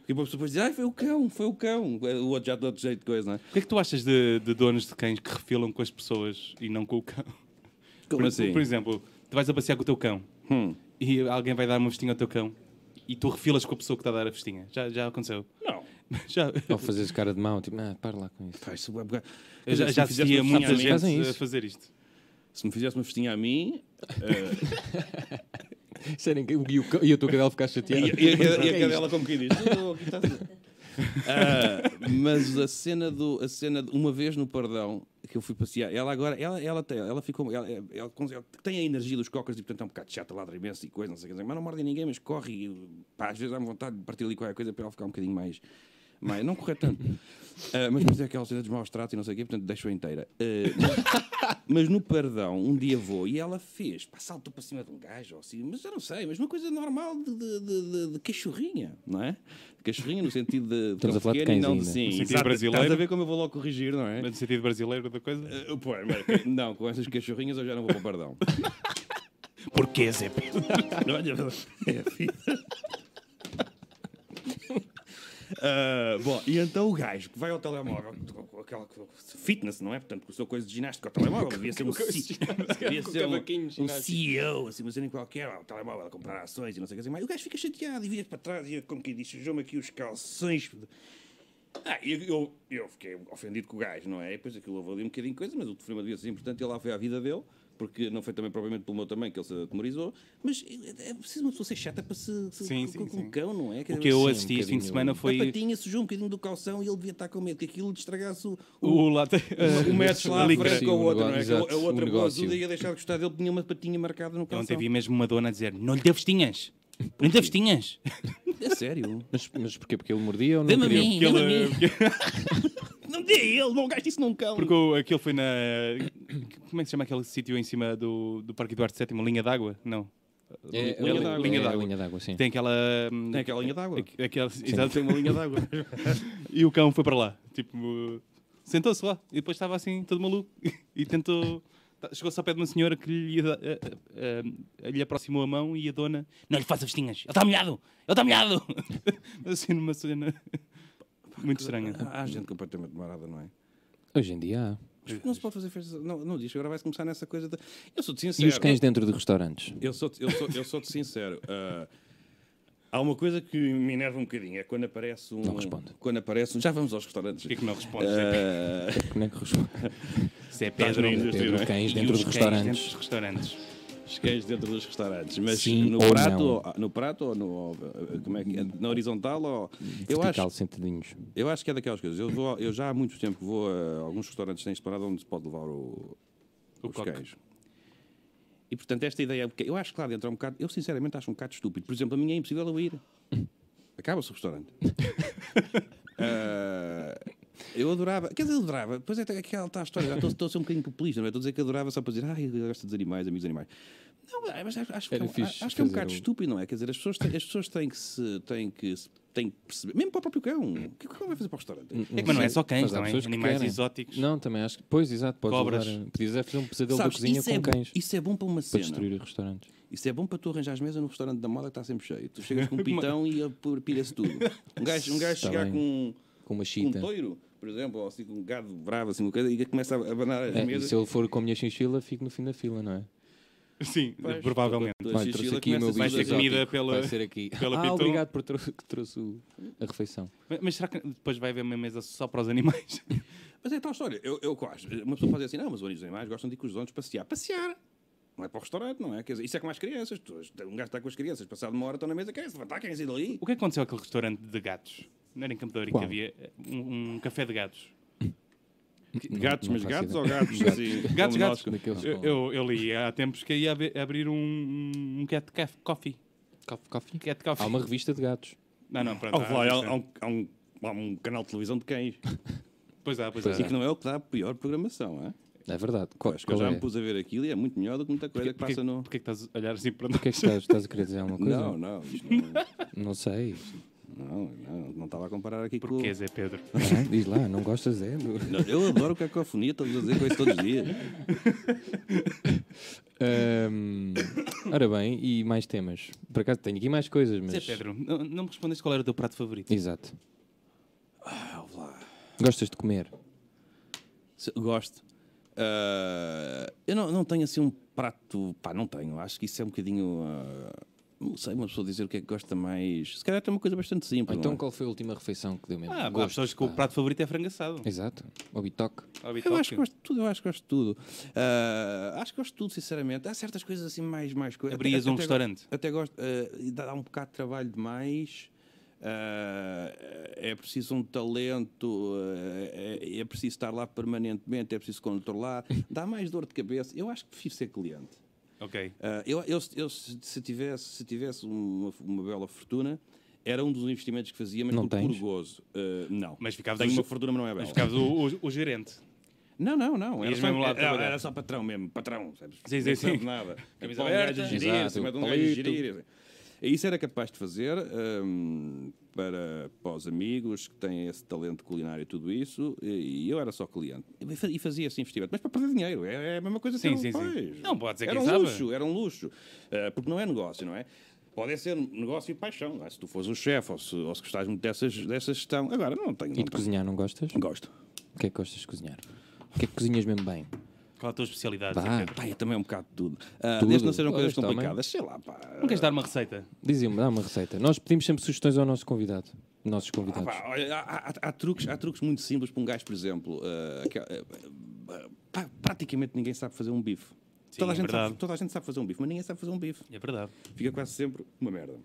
pessoa depois diz, ai, foi o cão, foi o cão. O outro já de outro jeito de coisa, não é? O que é que tu achas de, de donos de cães que refilam com as pessoas e não com o cão? Como por, assim? por exemplo, tu vais a passear com o teu cão Hum. e alguém vai dar uma vestinha ao teu cão e tu refilas com a pessoa que está a dar a vestinha. Já, já aconteceu? <laughs> Não. Já, Ou fazes cara de mau, tipo, ah, para lá com isso. Pá, isso é um bocado- eu já, Se já me fizesse assistia uma muita festinha a mim- fazem gente isso. a fazer isto. Se me fizesse uma festinha a mim, Sério, é e o- e o cão- e eu estou a cadela ficar chateado. E, e, e, a- e a cadela como quem diz. "Oh, aqui está-se". <laughs> Ah, mas a cena do a cena de uma vez no Pardão que eu fui passear, ela agora ela ela tem, ela ficou ela, ela- ela- ela tem a energia dos cocas e portanto é um bocado chata, ladra imenso e coisa, não sei o que, mas não morde ninguém, mas corre e pá, às vezes dá-me vontade de partir ali qualquer coisa para ela ficar um bocadinho mais mais não correr <laughs> tanto. Ah, mas depois é aquela cena dos maus tratos e não sei o quê, portanto deixo-a inteira. Ah, mas no Pardão, um dia vou e ela fez, pá, saltou para cima de um gajo ou assim, mas eu não sei, mas uma coisa normal de, de, de- de- de cachorrinha, não é? De cachorrinha no sentido de. Estamos tão a falar de né? pequeno e não cães Sim, No sentido exato. brasileiro. Estás a ver como eu vou logo corrigir, não é? Mas no sentido brasileiro da coisa? Ah, pô, mas- não, com essas cachorrinhas eu já não vou para o Pardão. Porquê, é Zé Pedro? Olha, é a vida. Ah, bom, e então o gajo que vai ao telemóvel, com aquela fitness, não é? Portanto, com a sua coisa de ginástica ao telemóvel, devia <laughs> ser um, C- <laughs> devia ser cavaquinho de um, um ginástica. CEO, assim, mas nem qualquer, ao telemóvel a comprar ações e não sei o que assim. Mas o gajo fica chateado e vira para trás e, é como quem diz, sujou-me aqui os calções. Ah, e eu, eu fiquei ofendido com o gajo, não é? E depois aquilo houve ali um bocadinho de coisa, mas o telefonema devia ser importante. Ele lá foi à vida dele, porque não foi também propriamente pelo meu também que ele se atemorizou. Mas é é preciso uma pessoa ser chata para se. se Sim, com, sim, com- com sim. um cão, não é? O que eu assisti um este fim de bocadinho. semana Foi... A foi patinha sujou um bocadinho do calção e ele devia estar com medo que aquilo lhe estragasse o. o o... lata. <laughs> eh, O mestre lá à Licra. frente Sim, com o o outro, não é? negócio, Que exato, a o outra boa negócio. ajuda ia deixar de gostar dele, tinha uma patinha marcada no Eu calção. ontem vi mesmo uma dona a dizer: Não lhe deu vestinhas! Não lhe deu <laughs> vestinhas! É sério? Mas, mas porquê? Porque ele mordia ou não Dê-me a queria? mim, Porque dê-me a ele- mim. Não dê a ele, não gaste isso num cão. Porque o- aquilo foi na. Como é que se chama aquele sítio em cima do, do Parque Eduardo VII? Linha d'água? Não. É, é, Linha d'água. Linha é, d'água. linha d'água, sim. Tem aquela. hum, Tem aquela linha d'água. aqu- Aquela, exato, tem uma linha d'água. e o cão foi para lá. Tipo, sentou-se lá. E depois estava assim, todo maluco. <laughs> E tentou. ta- Chegou-se ao pé de uma senhora que lhe, ia dar- eh, eh, eh, lhe aproximou a mão e a dona. Não lhe faça vestinhas! Ele está molhado! Ele está molhado! <laughs> assim, numa cena. Muito estranha. <laughs> Há há gente completamente demorada, não é? Hoje em dia há. Mas Não se pode fazer festas. Não, não diz, agora vai-se começar nessa coisa. De... Eu sou-te E sincero. os cães dentro de restaurantes? Eu sou-te eu sou, eu sou sincero. Ah, há uma coisa que me enerva um bocadinho: é quando aparece um. Não responde. Quando aparece um. Já vamos aos restaurantes. Por que é que não respondes? Ah, Como é que responde? Se é Estás na Pedro, indústria, Pedro, não é? cães E dentro os de cães restaurantes. dentro dos restaurantes. Os cães dentro dos restaurantes. Mas Sim no, ou prato, não? ou- no prato ou no. ou, como é que é? Na horizontal ou. Eu acho, Hum, Vertical, sentadinhos. eu acho que é daquelas coisas. Eu, vou, eu já há muito tempo que vou a alguns restaurantes que têm separado onde se pode levar o, O os coque. cães. E portanto, esta ideia é um bocado- Eu acho que lá dentro é um bocado. Eu sinceramente acho um bocado estúpido. Por exemplo, a minha é <laughs> impossível eu ir. Acaba-se o restaurante. <laughs> Ah, eu adorava. Quer dizer, eu adorava. Pois é, aquela tal história. Já estou, estou a ser um bocadinho populista, não é? Estou a dizer que adorava só para dizer, ah, eu gosto dos animais, amigos dos animais. Não, mas- mas acho, acho que, é Era um- fixe acho que é um fazer bocado um- estúpido, não é? Quer dizer, as pessoas têm, as pessoas têm que se. Têm que se- têm que perceber, mesmo para o próprio cão, o que o cão vai fazer para o Um, restaurante? É que mas não é só cães Mas há também, pessoas que animais querem. exóticos. Não, também acho que. Pois, exato. Podes Cobras. levar- podias é fazer um pesadelo Sabes, da cozinha isso, com é, bom- cães. isso é bom para uma Para cena. destruir os restaurantes. Isso é bom para tu arranjar as mesas num restaurante da moda que está sempre cheio. Tu chegas <laughs> com um pitão e apurpilha-se tudo. Um gajo, um gajo Está chegar bem. com, Com uma com um chita. toiro, por exemplo, ou assim com um gado bravo, assim, uma coisa, e começa a abanar as É, e mesas. se ele for com a minha chinchila, fico no fim da fila, não é? <laughs> Sim, Pois. provavelmente. Toda a Olha, trouxe chinchila aqui o meu começa a Vai bicho fazer- ter comida exótico. pela- Vai ser aqui. pela ah, Piton. obrigado por trou- que trouxe o- a refeição. Mas- <laughs> Mas será que depois vai haver uma mesa só para os animais? Mas é tal história. Eu, eu quase. Uma pessoa faz assim, não, mas os animais gostam de ir com os donos passear. Passear! Não é para o restaurante, não é? Quer dizer, isso é como as crianças. Tu, um gajo está com as crianças, passado uma hora estão na mesa, querem se levantar, querem sair dali. O que é que aconteceu àquele restaurante de gatos? Não era em Campo de Ouro que Qual? havia eh, um, um café de gatos. Não- Gatos, não mas faço gatos ideia. ou gatos? assim, Gatos, como gatos. nós? Daqueles Eu, com- eu- eu li há tempos que ia haver- abrir um, um cat caf- coffee. Coffee, coffee. Cat coffee. Há uma revista de gatos. Não, não, pronto. Houve lá, há- Há há um- há um- há um canal de televisão de cães. Pois há, pois, Pois há. E que não é o que dá a pior programação, é? É verdade. Qual, Acho que eu qual já é? me pus a ver aquilo e é muito melhor do que muita coisa que Porquê, passa no. porquê que estás a olhar assim para O que é que estás, estás a querer dizer alguma coisa? Não, não, isto não, <laughs> Não sei. não, não, não estava a comparar aqui com. Porquê, Zé Pedro? Não, é? Diz lá, não gostas é? do- Não, eu adoro cacofonia, estamos a dizer coisas todos <laughs> os dias. Ahm, ora bem, e mais temas. Por acaso tenho aqui mais coisas, mas. Zé Pedro, não, não me respondeste qual era o teu prato favorito. Exato. Ah, Gostas de comer? Se- Gosto. Ah, eu não, não tenho assim um prato. Pá, não tenho. Acho que isso é um bocadinho. ah, não sei, uma pessoa dizer o que é que gosta mais. Se calhar é uma coisa bastante simples. Então não é? qual foi a última refeição que deu mesmo? Ah, há Gosto, pessoas que o pá. prato favorito é frango assado. Exato. O bitoque. Ao Eu bitoque. acho que gosto de tudo, eu acho que gosto de tudo. Ah, acho que gosto de tudo, sinceramente. Há certas coisas assim mais, mais coisas. Abrias um go- restaurante? até gosto. ah, e dá dá um bocado de trabalho demais. ah, é preciso um talento, ah, é, é preciso estar lá permanentemente, é <laughs> preciso controlar. Dá mais dor de cabeça. Eu acho que prefiro ser cliente. Ok. Ah, eu, eu- eu se se tivesse, se tivesse uma, uma bela fortuna, era um dos investimentos que fazia, mas Não por puro tens? gozo. Ah, não. Mas ficavas Tenho o- uma fortuna, mas não é bela. Mas ficavas o, o- o gerente. Não, não, não. Era Ias só, mesmo lá era- trabalhar. era só patrão mesmo, patrão. Sabes? Sim, sim, Não sabe sim. <laughs> nada. Camisa Põe um gajo a aberta. gerir, Exato, cima de um gajo a palito. gerir. E Isso era capaz de fazer hum, para, para os amigos que têm esse talento culinário e tudo isso. E, e eu era só cliente. E fa- E fazia esse investimento. Mas para perder dinheiro, é, é a mesma coisa Sim, que sim, sim. Não, pode ser Era quem um sabe. luxo, era um luxo. Ah, porque não é negócio, não é? Pode ser negócio e paixão. não é? Se tu fores o chefe ou se, ou se gostares muito dessas, dessa gestão. Agora, não tenho. E de Não tenho. cozinhar não gostas? Gosto. O que é que gostas de cozinhar? O que é que cozinhas mesmo bem? Qual a tua especialidade, Zé Vá, Pedro? Pá, eu também é um bocado de tudo. Ah, Tudo? Desde não sejam coisas Pois, também. complicadas, sei lá, pá. Não queres dar uma receita? dizia-me, dá uma receita. Nós pedimos sempre sugestões ao nosso convidado. Nossos Ah, convidados. pá, olha, há, há- há truques, há truques muito simples para um gajo, por exemplo. ah, que- ah, pá, praticamente ninguém sabe fazer um bife. Sim, toda, a é gente sabe, verdade. toda a gente sabe fazer um bife, mas ninguém sabe fazer um bife. É verdade. Fica quase sempre uma merda.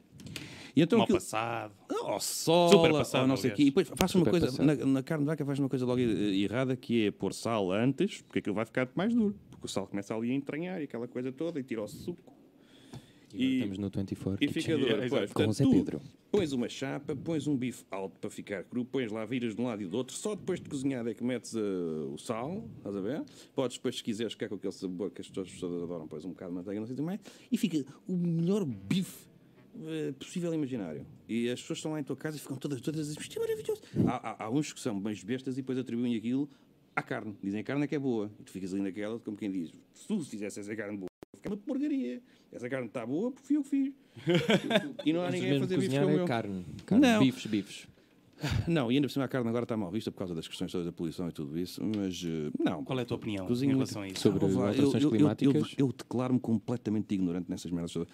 E então Mal aquilo- passado. Não, Ou sola, Superpassado, ou não sei o quê. E aliás. depois faz uma coisa, na, Superpassado. na carne de vaca faz uma coisa logo eh, errada, que é pôr sal antes, porque aquilo vai ficar mais duro. Porque o sal começa ali a entranhar e aquela coisa toda, e tira o suco. E... E- Estamos no 24. E fica duro. exato. pois. Com o Zé tu Pedro. Pões uma chapa, pões um bife alto para ficar cru, pões lá, viras de um lado e do outro. Só depois de cozinhado é que metes eh, o sal, estás a ver? Podes depois, se quiseres, ficar com aquele sabor que as pessoas, as pessoas adoram, pões um bocado de manteiga, não sei o que mais. E fica o melhor bife eh, possível e imaginário. E as pessoas estão lá em tua casa e ficam todas, todas a dizer, isto é maravilhoso. Há, há- há uns que são bens bestas e depois atribuem aquilo à carne. Dizem, a carne é que é boa. E tu ficas ali naquela, como quem diz, se tu fizesse essa carne boa, fica uma porcaria. Essa carne está boa porque fui eu que <laughs> fiz. E não há Vocês ninguém a mesmo fazer bifes cozinhar como é eu. carne. carne. Não. Bifes, bifes. Não, e ainda por cima a carne agora está mal vista por causa das questões todas da poluição e tudo isso, mas eh, não. Qual é a tua opinião Cozinho em muito. relação a isso? Sobre Ouve lá, eu- alterações eu- eu- climáticas. Eu, eu declaro-me completamente ignorante nessas merdas todas.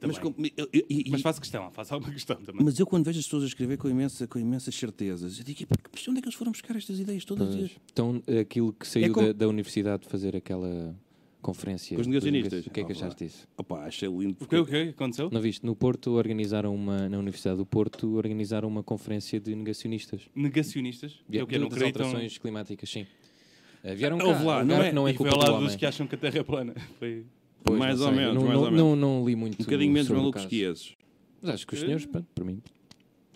mas, também. com- eu- eu- e- Mas e- faço questão, faço alguma questão também. mas eu quando vejo as pessoas a escrever com, imensa, com imensas certezas, eu digo, "Epá, mas onde é que eles foram buscar estas ideias todas? Pois. Então, aquilo que saiu como- da, da universidade de fazer aquela conferência. Com os dos negacionistas. negaci- O que é que Ah, vá. achaste disso? Opa, achei lindo. O que, é o que aconteceu? Não viste? No Porto organizaram uma, na Universidade do Porto, organizaram uma conferência de negacionistas. Negacionistas? É o que não das acreditam. alterações climáticas, sim. Eh, Vieram cá, Houve lá, não Algarve é, não é e foi culpa ao do lado dos homem. que acham que a Terra é plana. <laughs> Foi... Pois, mais não ou sei. menos, não, mais não, ou menos. Não, não li muito Um bocadinho menos sobre o malucos caso. que esses. Mas acho que os senhores, pá, para mim,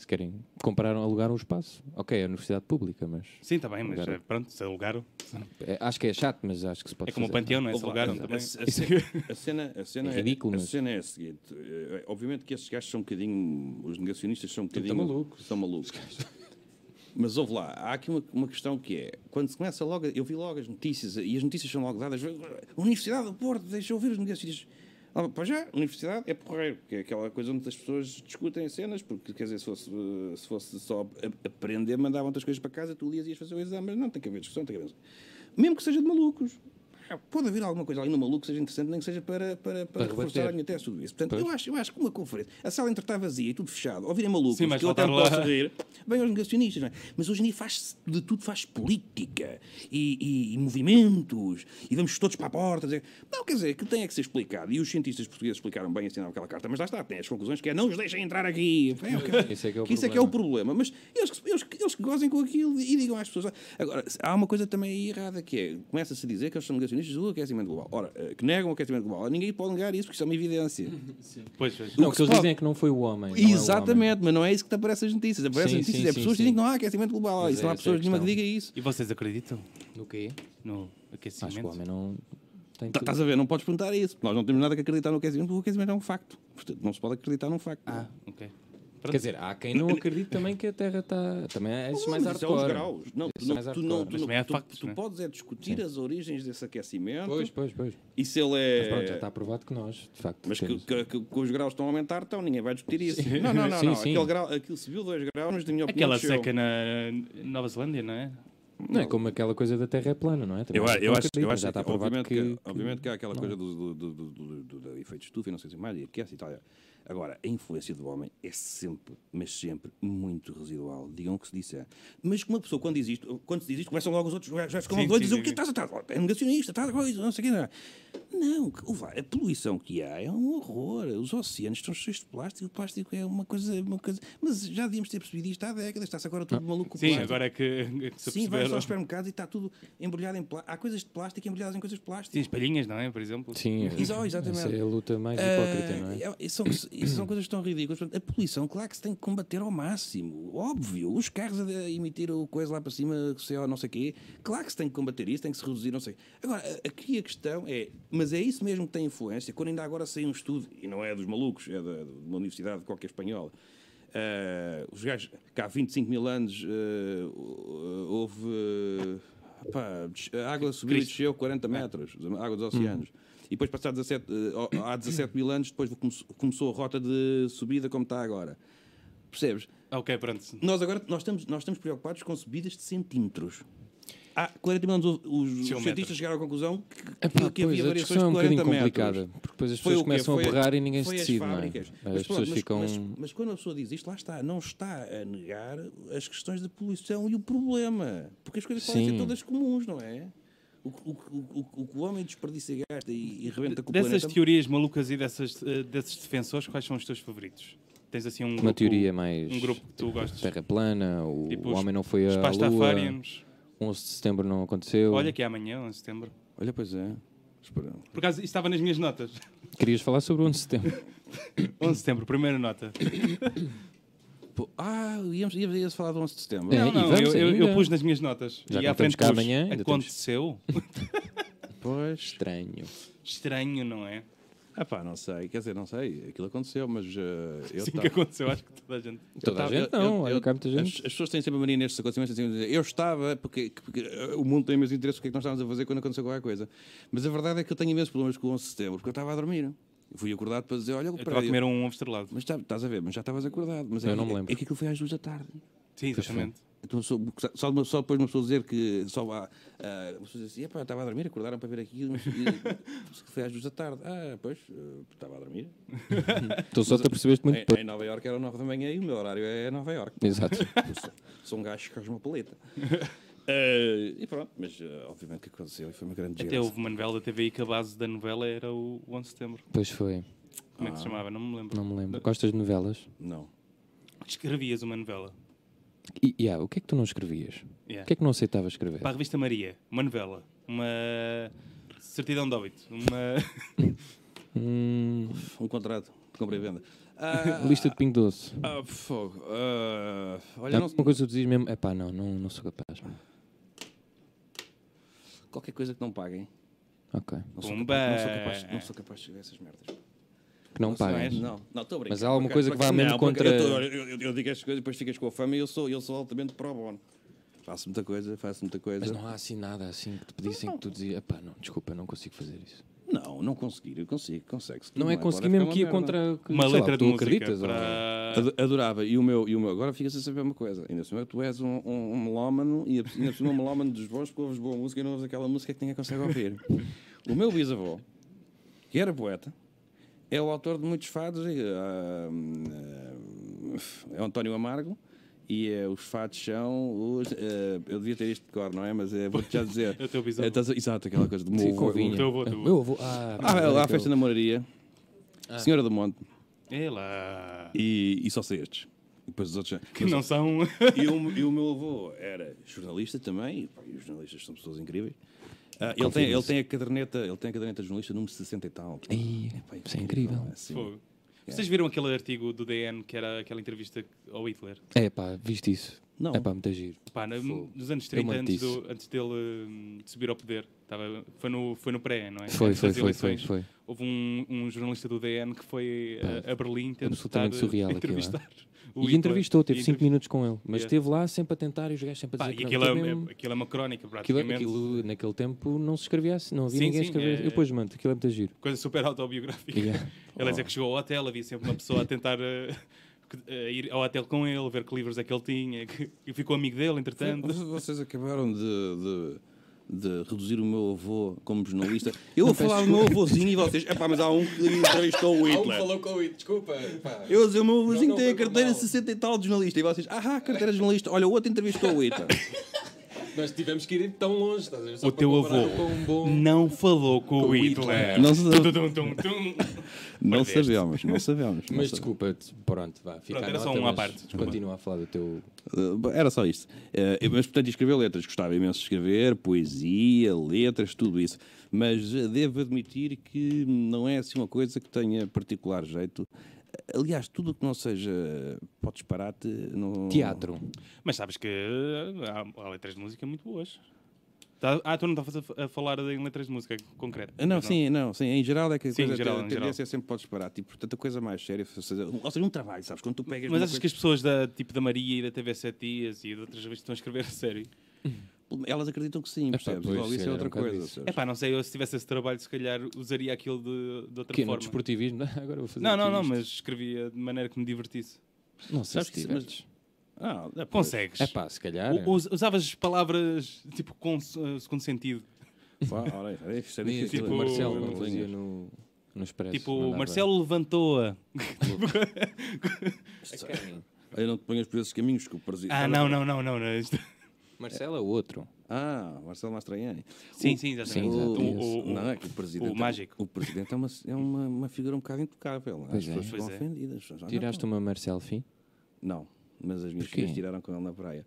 Se querem comprar, alugar um espaço. Ok, é a universidade pública, mas. Sim, está bem, mas Alugaram. eh, pronto, se alugaram. é, acho que é chato, mas acho que se pode É como o fazer. panteão, não é? Se Ouve lá, alugaram a- também. A, a cena, a cena- a cena É é ridículo, a mas- cena é a seguinte: eh, obviamente que estes gajos são um bocadinho. Os negacionistas são um bocadinho. malucos. São malucos. Mas ouve lá, há aqui uma, uma questão que é: quando se começa logo, eu vi logo as notícias, e as notícias são logo dadas. A Universidade do Porto, deixa eu ouvir os negacionistas. Ah, para já, a universidade é porreiro, porque é aquela coisa onde as pessoas discutem cenas, porque quer dizer, se fosse, eh, se fosse só a- aprender, mandavam outras coisas para casa, tu lias e ias fazer o exame, mas não tem que haver discussão, tem que haver. Mesmo que seja de malucos. Ah, Pode haver alguma coisa ali no maluco que seja interessante, nem que seja para, para, para, reforçar a rebater. minha tese, tudo isso. Portanto, eu acho, eu acho que uma conferência, a sala entre estar vazia e tudo fechado, ouvirem malucos, Sim, mas que eu lá até me estar lá- posso rir, bem aos negacionistas, não é? Mas hoje em dia faz de tudo, faz política e, e- e movimentos, e vamos todos para a porta. Dizer... Não, quer dizer, que tem é que ser explicado. E os cientistas portugueses explicaram bem, assinaram aquela carta, mas lá está, tem as conclusões que é não os deixem entrar aqui. É, ok. Esse é que é o isso é que é o problema. Mas eles, que- eles, que- eles que gozem com aquilo e digam às pessoas. Agora, há uma coisa também aí errada que é: começa-se a dizer que eles são negacionistas do aquecimento global. Ora, eh, que negam o aquecimento global. Ninguém pode negar isso, porque isso é uma evidência. <laughs> Pois, pois. Não, o o que que se eles pode- dizem é que não foi o homem. não é o homem. Exatamente, mas não é isso que te aparece nas notícias. Aparece Sim, as notícias, sim, é sim, pessoas sim. que dizem que não há aquecimento global. Pois isso é, não há essa é pessoas a nenhuma que questão. diga isso. E vocês acreditam No quê? no Acho que o aquecimento? homem não tem tudo. Estás Tá, a ver, não podes perguntar isso. porque Nós não temos nada que acreditar no aquecimento, porque o aquecimento é um facto. Portanto, não se pode acreditar num facto. Ah, é Ok. Quer dizer, há quem não acredite também que a Terra está. Também é isso mais isso é os hardcore. graus. Não, tu Isso é não, mais tu hardcore. não, tu Mas não- também há tu- factos, tu né? podes é discutir as origens desse aquecimento Pois, pois, pois. e se ele Mas pronto, já tá é. está aprovado que nós, de facto. Mas que, temos. que, que- que os graus estão a aumentar, então ninguém vai discutir isso. Não, <laughs> não, não. Sim, não. sim. Aquele grau, aquilo subiu 2 graus, mas, na minha opinião, Aquela desceu. seca na Nova Zelândia, não é? Não é como aquela coisa da Terra é plana, não é? Também Eu, não a- eu acho, acreditam, eu acho já está que, aprovado obviamente, que. que, que- obviamente que há aquela coisa do, do, do, do, do- do- do efeito de estufa e não sei se mais, e aquece e tal. Agora, a influência do homem é sempre, mas sempre, muito residual. Digam o que se disser. Mas que uma pessoa, quando diz isto, quando se diz isto, começam logo os outros, já, já ficam Sim, logo doidos, sim, dizem o que sim. estás a estás, oh, é negacionista, estás a coisa, não sei o quê. não é?" Não, que- ouve lá, a poluição que há é um horror. Os oceanos estão cheios de plástico, o plástico é uma coisa, uma coisa. Mas já devíamos ter percebido isto há décadas, está-se agora tudo maluco com Sim, plástico. agora é que, é que se Sim, vai perceberam. aos supermercados e está tudo embrulhado em plástico. Há coisas de plástico embrulhadas em coisas de plástico. Sim, as palhinhas, não é? Por exemplo. Sim, Isso, é- exatamente. essa é a luta mais Ah, hipócrita, não é? é- são, isso são coisas tão ridículas. Portanto, A poluição, claro que se tem que combater ao máximo. Óbvio. Os carros a de- a emitir o coisa lá para cima, o CO, não sei o quê. Claro que se tem que combater isso, tem que se reduzir, não sei. Agora, a- aqui a questão é: mas é isso mesmo que tem influência? Quando ainda agora saiu um estudo, e não é dos malucos, é da, de uma universidade qualquer espanhola. ah, os gajos, que há 25 mil anos ah, houve. ah, pá, des- a água subiu e Cristo. desceu 40 metros, a água dos oceanos. E depois, passar 17, eh, ó- há 17 mil anos, depois come- começou a rota de subida como está agora. Percebes? Ah, ok, pronto. Nós agora nós estamos, nós estamos preocupados com subidas de centímetros. Há 40 mil anos, os- os, Geometros. cientistas chegaram à conclusão que, que- Epá, que pois, havia a variações discussão é de um 40 bocadinho metros. complicada, porque depois as Foi pessoas o quê? começam Foi a as- borrar e ninguém se foi as decide, não é? fábricas. Mas As pronto, pessoas mas- ficam. mas- um mas quando a pessoa diz isto, lá está, não está a negar as questões da poluição e o problema. Porque as coisas podem ser Sim. todas comuns, não é? O, que- o que- o que- o que o homem desperdiça e gasta e, e rebenta com o Dessas planeta. teorias malucas e dessas, eh, desses defensores, quais são os teus favoritos? Tens assim um Uma grupo, teoria mais. um grupo que tu gostas. Terra plana, o Tipo os- homem não foi Os à Lua, pastafarianos. 11 de setembro não aconteceu. Olha que é amanhã, em setembro. Olha, pois é. Espera. Por acaso, isto estava nas minhas <laughs> notas. Querias falar sobre o 11 de <laughs> setembro? 11 de setembro, primeira <coughs> nota. Pô, Ah, íamos, íamos, íamos falar do 11 de setembro. É, Não, e não, vamos eu, eu- eu ainda. pus nas minhas notas. Já e à contamos frente cá pus, amanhã, ainda temos- Aconteceu? <laughs> Pois. Estranho. Estranho, não é? Ah pá, não sei. Quer dizer, não sei. Aquilo aconteceu, mas eh, Sim tá. eu tava- Assim que aconteceu, acho que toda a gente. eu Toda a tava- gente eu- não, eu- olha eu- que há muita as- gente. As, pessoas têm sempre a mania nestes acontecimentos assim, dizer, eu estava, porque, porque, eh, o mundo tem imenso interesse, o que é que nós estávamos a fazer quando aconteceu qualquer coisa. Mas a verdade é que eu tenho imensos problemas com o 11 de setembro, porque eu estava a dormir. Eu fui acordado para dizer, olha, eu Eu estava a comer um ovo estrelado. Mas tá- estás a ver, mas já estavas acordado. Mas Eu é, que- não me lembro. É que aquilo foi às duas da tarde. Sim, exatamente. Então, só, só, uma- só depois uma pessoa dizer que só há. ah, uma pessoa diz assim: "Epá, estava a dormir, acordaram para ver aquilo. <laughs> E, foi às duas da tarde. Ah, pois, eh, estava a dormir. Então só te apercebeste muito Em, pouco. em Nova Iorque era nove da manhã e o meu horário é Nova Iorque. Exato. <laughs> Eu sou, sou um gajo cosmopolita. <laughs> Eh, e pronto, mas eh, obviamente o que aconteceu e foi uma grande Até desgraça. houve uma novela da TVI que a base da novela era o 11 de setembro. Pois foi, Como é que se chamava? Não me lembro. Ah. não me lembro. Gostas de novelas? Não. Escrevias uma novela. E, e, ah, o que é que tu não escrevias? Yeah. O que é que não aceitavas escrever? Para a revista Maria, uma novela. Uma. Certidão de óbito. Uma. Hum, Um contrato de compra e venda. Ah, Lista de Pingo Doce. ah, fogo. Ah, Olha, olha, não... não, Uma coisa que tu dizes mesmo, é pá, não, não, não sou capaz. Qualquer coisa que não paguem. Ok. Não sou, Pumba. capaz, não, sou capaz, não sou capaz de chegar a essas merdas. Que não pagas. Não, não, estou a brincar. Mas há alguma Por coisa acaso- que vá mesmo Não, por acaso- contra- Eu, tô- eu- eu- eu digo estas coisas, depois ficas com a fama e eu sou, eu sou altamente pro bono. Faço muita coisa, faço muita coisa. Mas não há assim nada assim que te pedissem que tu dizias, pá, não, desculpa, não consigo fazer isso. Não, não conseguir, eu consigo, consegue Não é conseguir Agora mesmo que fica ia uma merda. contra uma sei lá, letra de tu música acreditas, ou- para... Ado- Adorava, e o meu, e o meu. agora fica-se a saber uma coisa. Ainda por cima, tu és um, um, um melómano, e ainda por cima, um melómano dos bons, porque ouves boa música e não ouves aquela música que ninguém consegue ouvir. o meu bisavô, que era poeta, é o autor de muitos fados, e, ah, ah, é o António Amargo. E eh, os fatos são os. eh, eu devia ter isto de cor, não é? Mas eh, vou-te já dizer. <laughs> É o teu bisavô. Eh, estás a- exato, aquela coisa de Sim, meu com avô- vinho. teu avô, teu Ah, avô. Meu avô. Ah, Ah, pá, lá a aquele- Ah. festa na moraria. Senhora do Monte. É Ela... E, e só sei estes. E depois os outros já. é. Que não são... e, o, e o meu avô era jornalista também, e, pá, e os jornalistas são pessoas incríveis. Ah, ele, tem, ele tem a caderneta, ele tem a caderneta de jornalista número 60 e tal. Ih, Pá, isso é incrível. é assim. <laughs> Fogo. Vocês viram aquele artigo do DN que era aquela entrevista ao Hitler? É pá, viste isso? Não. É pá, muito giro. Pá, na- Fogo. nos anos Eu 30, mantive antes, isso. do- antes dele hum, de subir ao poder. Tava, foi no, foi no pré, não é? Foi, Antes foi, das foi, foi, eleições, foi. Houve um, um jornalista do DN que foi eh, a- a, Berlim tentar absolutamente surreal aquilo, é. entrevistar o E Hitler. entrevistou, teve E 5 entrevi- minutos com ele. Mas Yeah. esteve lá sempre a tentar e os gajos sempre a Pá, dizer e que aquilo não. Teve é, mesmo- é- aquilo é uma crónica, Aquilo, praticamente. aquilo naquele tempo não se escrevia assim, não havia Sim, ninguém sim, a escrever. é- Eu depois mando, aquilo é muito giro. Coisa super autobiográfica. Yeah. Ele a dizer que chegou ao hotel, havia sempre uma pessoa a tentar eh, que- eh, ir ao hotel com ele, ver que livros é que ele tinha, que, e ficou amigo dele, entretanto. Vocês- Vocês acabaram de, de- de reduzir o meu avô como jornalista. Eu vou falar do meu avôzinho e vocês. Epá, mas há um que entrevistou o Alguém Hitler. falou com o It, desculpa. pá. Eu a dizer, o meu avôzinho não tem a foi carteira normal. 60 e tal de jornalista. E vocês, ah, carteira de jornalista. Olha, o outro entrevistou o Hitler. Nós tivemos que ir tão longe, estás a ver? Só O para teu comparar avô Com um bom... não falou com, o Hitler. Não se- Tum, tum, tum, tum. Não Perdeste. sabemos, não sabemos. não Mas sabemos. desculpa, pronto, vá, fica Pronto, a era só nota, um à mas parte, desculpa. Continua a falar do teu. Uh, Era só isto. Uh, eu- mas, portanto, escrever letras. Gostava imenso de escrever, poesia, letras, tudo isso. Mas uh, devo admitir que não é assim uma coisa que tenha particular jeito. Eh, Aliás, tudo o que não seja pode disparate. Não... Teatro. Mas sabes que eh, há, há letras de música muito boas. Tá- ah, tu não estavas a f- a, falar em letras de música concreto. Ah, Não, sim, não, sim, em geral é que a, Sim, em coisa, geral, a em tendência geral. é sempre pode disparar, e portanto a coisa mais séria, ou seja, ou seja, um trabalho, sabes? Quando tu pegas. Mas numa achas que as pessoas da, tipo, da Maria e da TV Sete Dias e de outras revistas estão a escrever a sério? coisa- elas acreditam que sim, percebes? pois, Logo, se isso é calhar, outra um bocado coisa. isso. É percebes? pá, não sei, eu se tivesse esse trabalho, se calhar usaria aquilo de, de outra Que no forma. desportivismo. <laughs> Agora vou fazer. Não, não, aqui não, isto. mas escrevia de maneira que me divertisse. Não sei Sabes se que isso- tiveres. Ah, é, pois. Consegues. É pá, se calhar. U- us- usavas palavras tipo com, eh, segundo sentido. Pá, ora, é, isso é Nem difícil. tipo, Tipo- o Marcelo não quando fazia no, no Expresso. tipo, mandava- o Marcelo levantou-a. É assim, Eu não te ponhas por esses caminhos que o presidente. Ah, não, não, não, não. não. isto- Marcelo é o outro. Ah, Marcelo Mastraianni. <laughs> Sim, sim, exatamente. Sim, O, exato. O- o, o- o- não, é que o presidente. o mágico. O presidente é uma, é uma, uma figura um bocado intocável. As Pois é. pessoas ficam Pois é. ofendidas. as pessoas, "Ah, Tiraste uma Marcelo fim? Não, não, mas as minhas Porquê? filhas tiraram com ele na praia.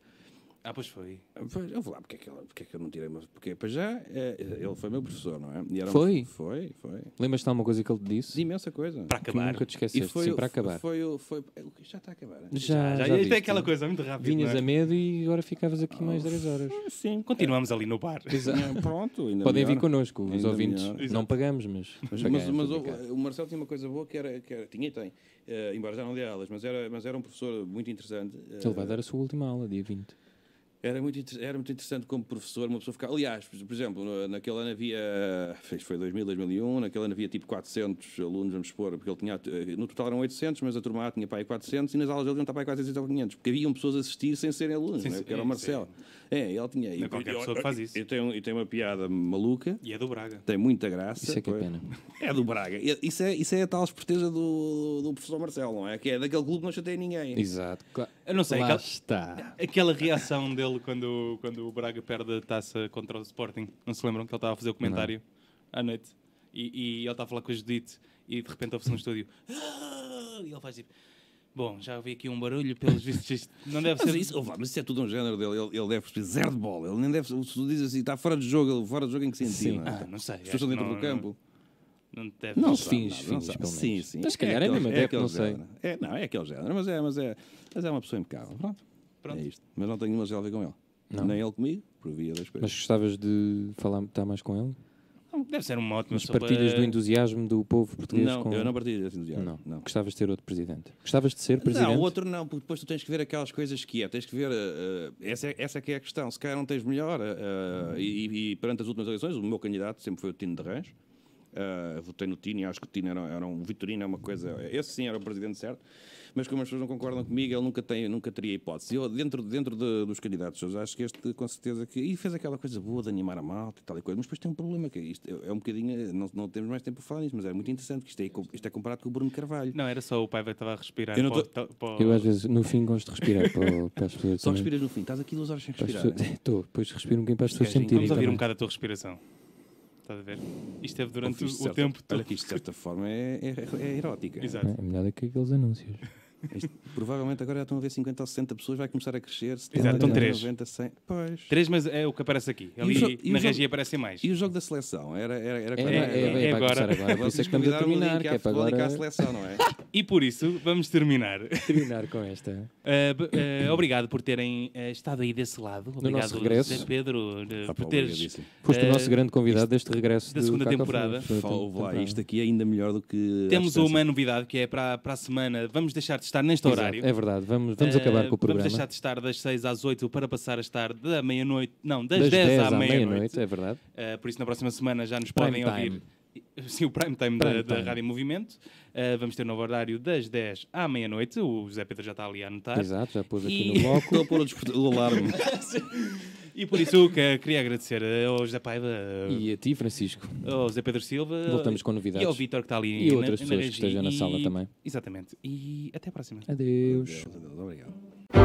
Ah, pois foi. Pois, eu vou lá, porque é que, ela- porque é que eu não tirei? Mas porque, para já, é, ele foi meu professor, não é? E era um- Foi? foi, foi. Lembras-te de alguma coisa que ele te De disse? imensa coisa. Para Que acabar. nunca te esqueceste, foi, sim, para acabar. Foi, o- foi, é, o que já está a acabar. é? Já, Já, já, já, isto viste. é aquela coisa, muito rápido. Vinhas não é? a medo e agora ficavas aqui mais 10 horas. Sim. Continuamos ali no bar. É, Pronto, ainda Podem vir melhor. connosco, os Ainda ouvintes. melhor. Não pagamos, mas. é Mas, mas, mas o, o Marcelo tinha uma coisa boa que era, que era tinha e tem, eh, embora já não dê aulas, mas era, mas era um professor muito interessante. eh, Ele vai dar a sua última aula, dia 20. era, muito inter- era muito interessante como professor, uma pessoa ficar. Aliás, por por exemplo, no- naquele ano havia, fez- foi 2000, 2001, naquele ano havia tipo 400 alunos, vamos supor, porque ele tinha, eh, no total eram 800, mas a turma A tinha pai 400 e nas aulas dele iam estar pai 400 ou 500, porque haviam pessoas a assistir sem serem alunos, Sim, não é? sim, porque era o sim. Marcelo. É, ele tinha. Não é qualquer pessoa que faz isso. E tem, e tem uma piada maluca. E é do Braga. Tem muita graça. Isso é que é pois. <laughs> pena. É do Braga. E- Isso é, isso é a tal esperteza do, do professor Marcelo, não é? Que é daquele clube que não chateia ninguém. Exato. claro. Eu não sei, Lá aquela- está. Aquela reação dele quando, quando o Braga perde a taça contra o Sporting. Não se lembram que ele estava a fazer o comentário à noite? E, e ele está a falar com a Judite e de repente ouve-se no estúdio. <laughs> "Ah!" E ele faz tipo... Bom, já ouvi aqui um barulho, pelos vistos isto não deve Mas ser... isso, ouve lá, mas isso é tudo um género dele. Ele, ele deve perceber zero de bola. "Tá Ele nem deve. Se tu diz assim, está fora de jogo, ele fora de jogo em que sentido? Sim. não é? Ah, não sei. As pessoas estão dentro do campo. Não te deve. Não Não. Uns sabe fins, nada, não fins, sabe. pelo menos. Sim, sim. Mas se calhar é aquele- mesmo adepto, aquele não sei. género. É, não, é aquele género, mas é, mas é, mas é uma pessoa impecável. Pronto. Pronto. É isto. Mas não tenho nenhuma gelada com ele. Nem ele comigo, por via das coisas. Mas gostavas de falar estar mais com ele? Deve ser uma ótima Mas pessoa partilhas para- do entusiasmo do povo português não, com eu não partilho desse entusiasmo. Não. não. Gostavas de ter outro presidente? Gostavas de ser presidente? Não, outro não, porque depois tu tens que ver aquelas coisas que é, tens que ver. eh, eh, essa, é, essa é que é a questão. Se calhar não tens melhor, eh, eh, e, e perante as últimas eleições, o meu candidato sempre foi o Tino de Rãs. Eh, votei no Tino e acho que o Tino era, era um Vitorino, é uma coisa. Esse sim era o presidente certo, mas como as pessoas não concordam comigo, ele nunca, tem, nunca teria hipótese. Eu, dentro dentro de- dos candidatos, eu acho que este, com certeza, que. E fez aquela coisa boa de animar a malta e tal e coisa, mas depois tem um problema, que isto é, é um bocadinho. eh, Não, não temos mais tempo para falar nisso, mas é muito interessante, que isto é, co- isto é comparado com o Bruno Carvalho. Não, era só o pai que estava a respirar. Eu não para o- tô- ta- para o- Eu às vezes no fim gosto de respirar para, para as pessoas. <laughs> Só também. respiras no fim, estás aqui duas horas sem Para as respirar. né? pessoas- Estou, depois respiro um bocadinho para as pessoas Vamos sentirem. Vamos ouvir um também. bocado a tua respiração. Estás a ver? Isto teve Ou durante fiz de o certa- tempo Olha todo. que isto de certa forma é, é- é erótica. Exato. É melhor do que aqueles anúncios. Isto, provavelmente agora já estão a ver 50 ou 60 pessoas, vai começar a crescer. 70, Exato, estão três. 90, 100. Pois. Três, mas é o que aparece aqui. Ali o jo- e o na jogo- regia aparecem mais. E o jogo da seleção? Era, era, era É, quando é, era- é, é vai agora. começar agora. Por isso é Vocês que estamos a convidaram-me terminar, um que dia é para futebol e cá a agora seleção, não é? E por isso, vamos terminar. <laughs> terminar com esta. Uh, b- uh, obrigado por terem uh, estado aí desse lado. Obrigado, nosso regresso. Zé Pedro, uh, Ah, pá, por teres. obrigadíssimo. Foste o Eh, nosso grande convidado deste regresso da do segunda Cacofonia. temporada. Segunda Fala, ouve lá, temporada. isto aqui é ainda melhor do que. à Temos distância. uma novidade que é para, para a semana. Vamos deixar de estar neste Exato, horário. É verdade, vamos, vamos acabar Uh, com o programa. Vamos deixar de estar das 6 às 8 para passar a estar da meia-noite. Não, das, das 10, 10 à, meia-noite. é verdade. Uh, por isso, na próxima semana já nos podem Prime ouvir. Sim, o prime time, da- Prime da, time. Rádio em Movimento. Uh, vamos ter novo horário das 10 à meia-noite. O Zé Pedro já está ali a anotar. Exato, já pôs aqui Ah? E- no bloco. Estou a pôr o desperta- o alarme. E por isso que queria agradecer uh, ao José Paiva, E a ti, Francisco. uh, ao José Pedro Silva Voltamos com e novidades. ao Vítor que está ali E na- outras na pessoas que regia. estejam na E- sala também. Exatamente. E até à próxima. Adeus. Obrigado.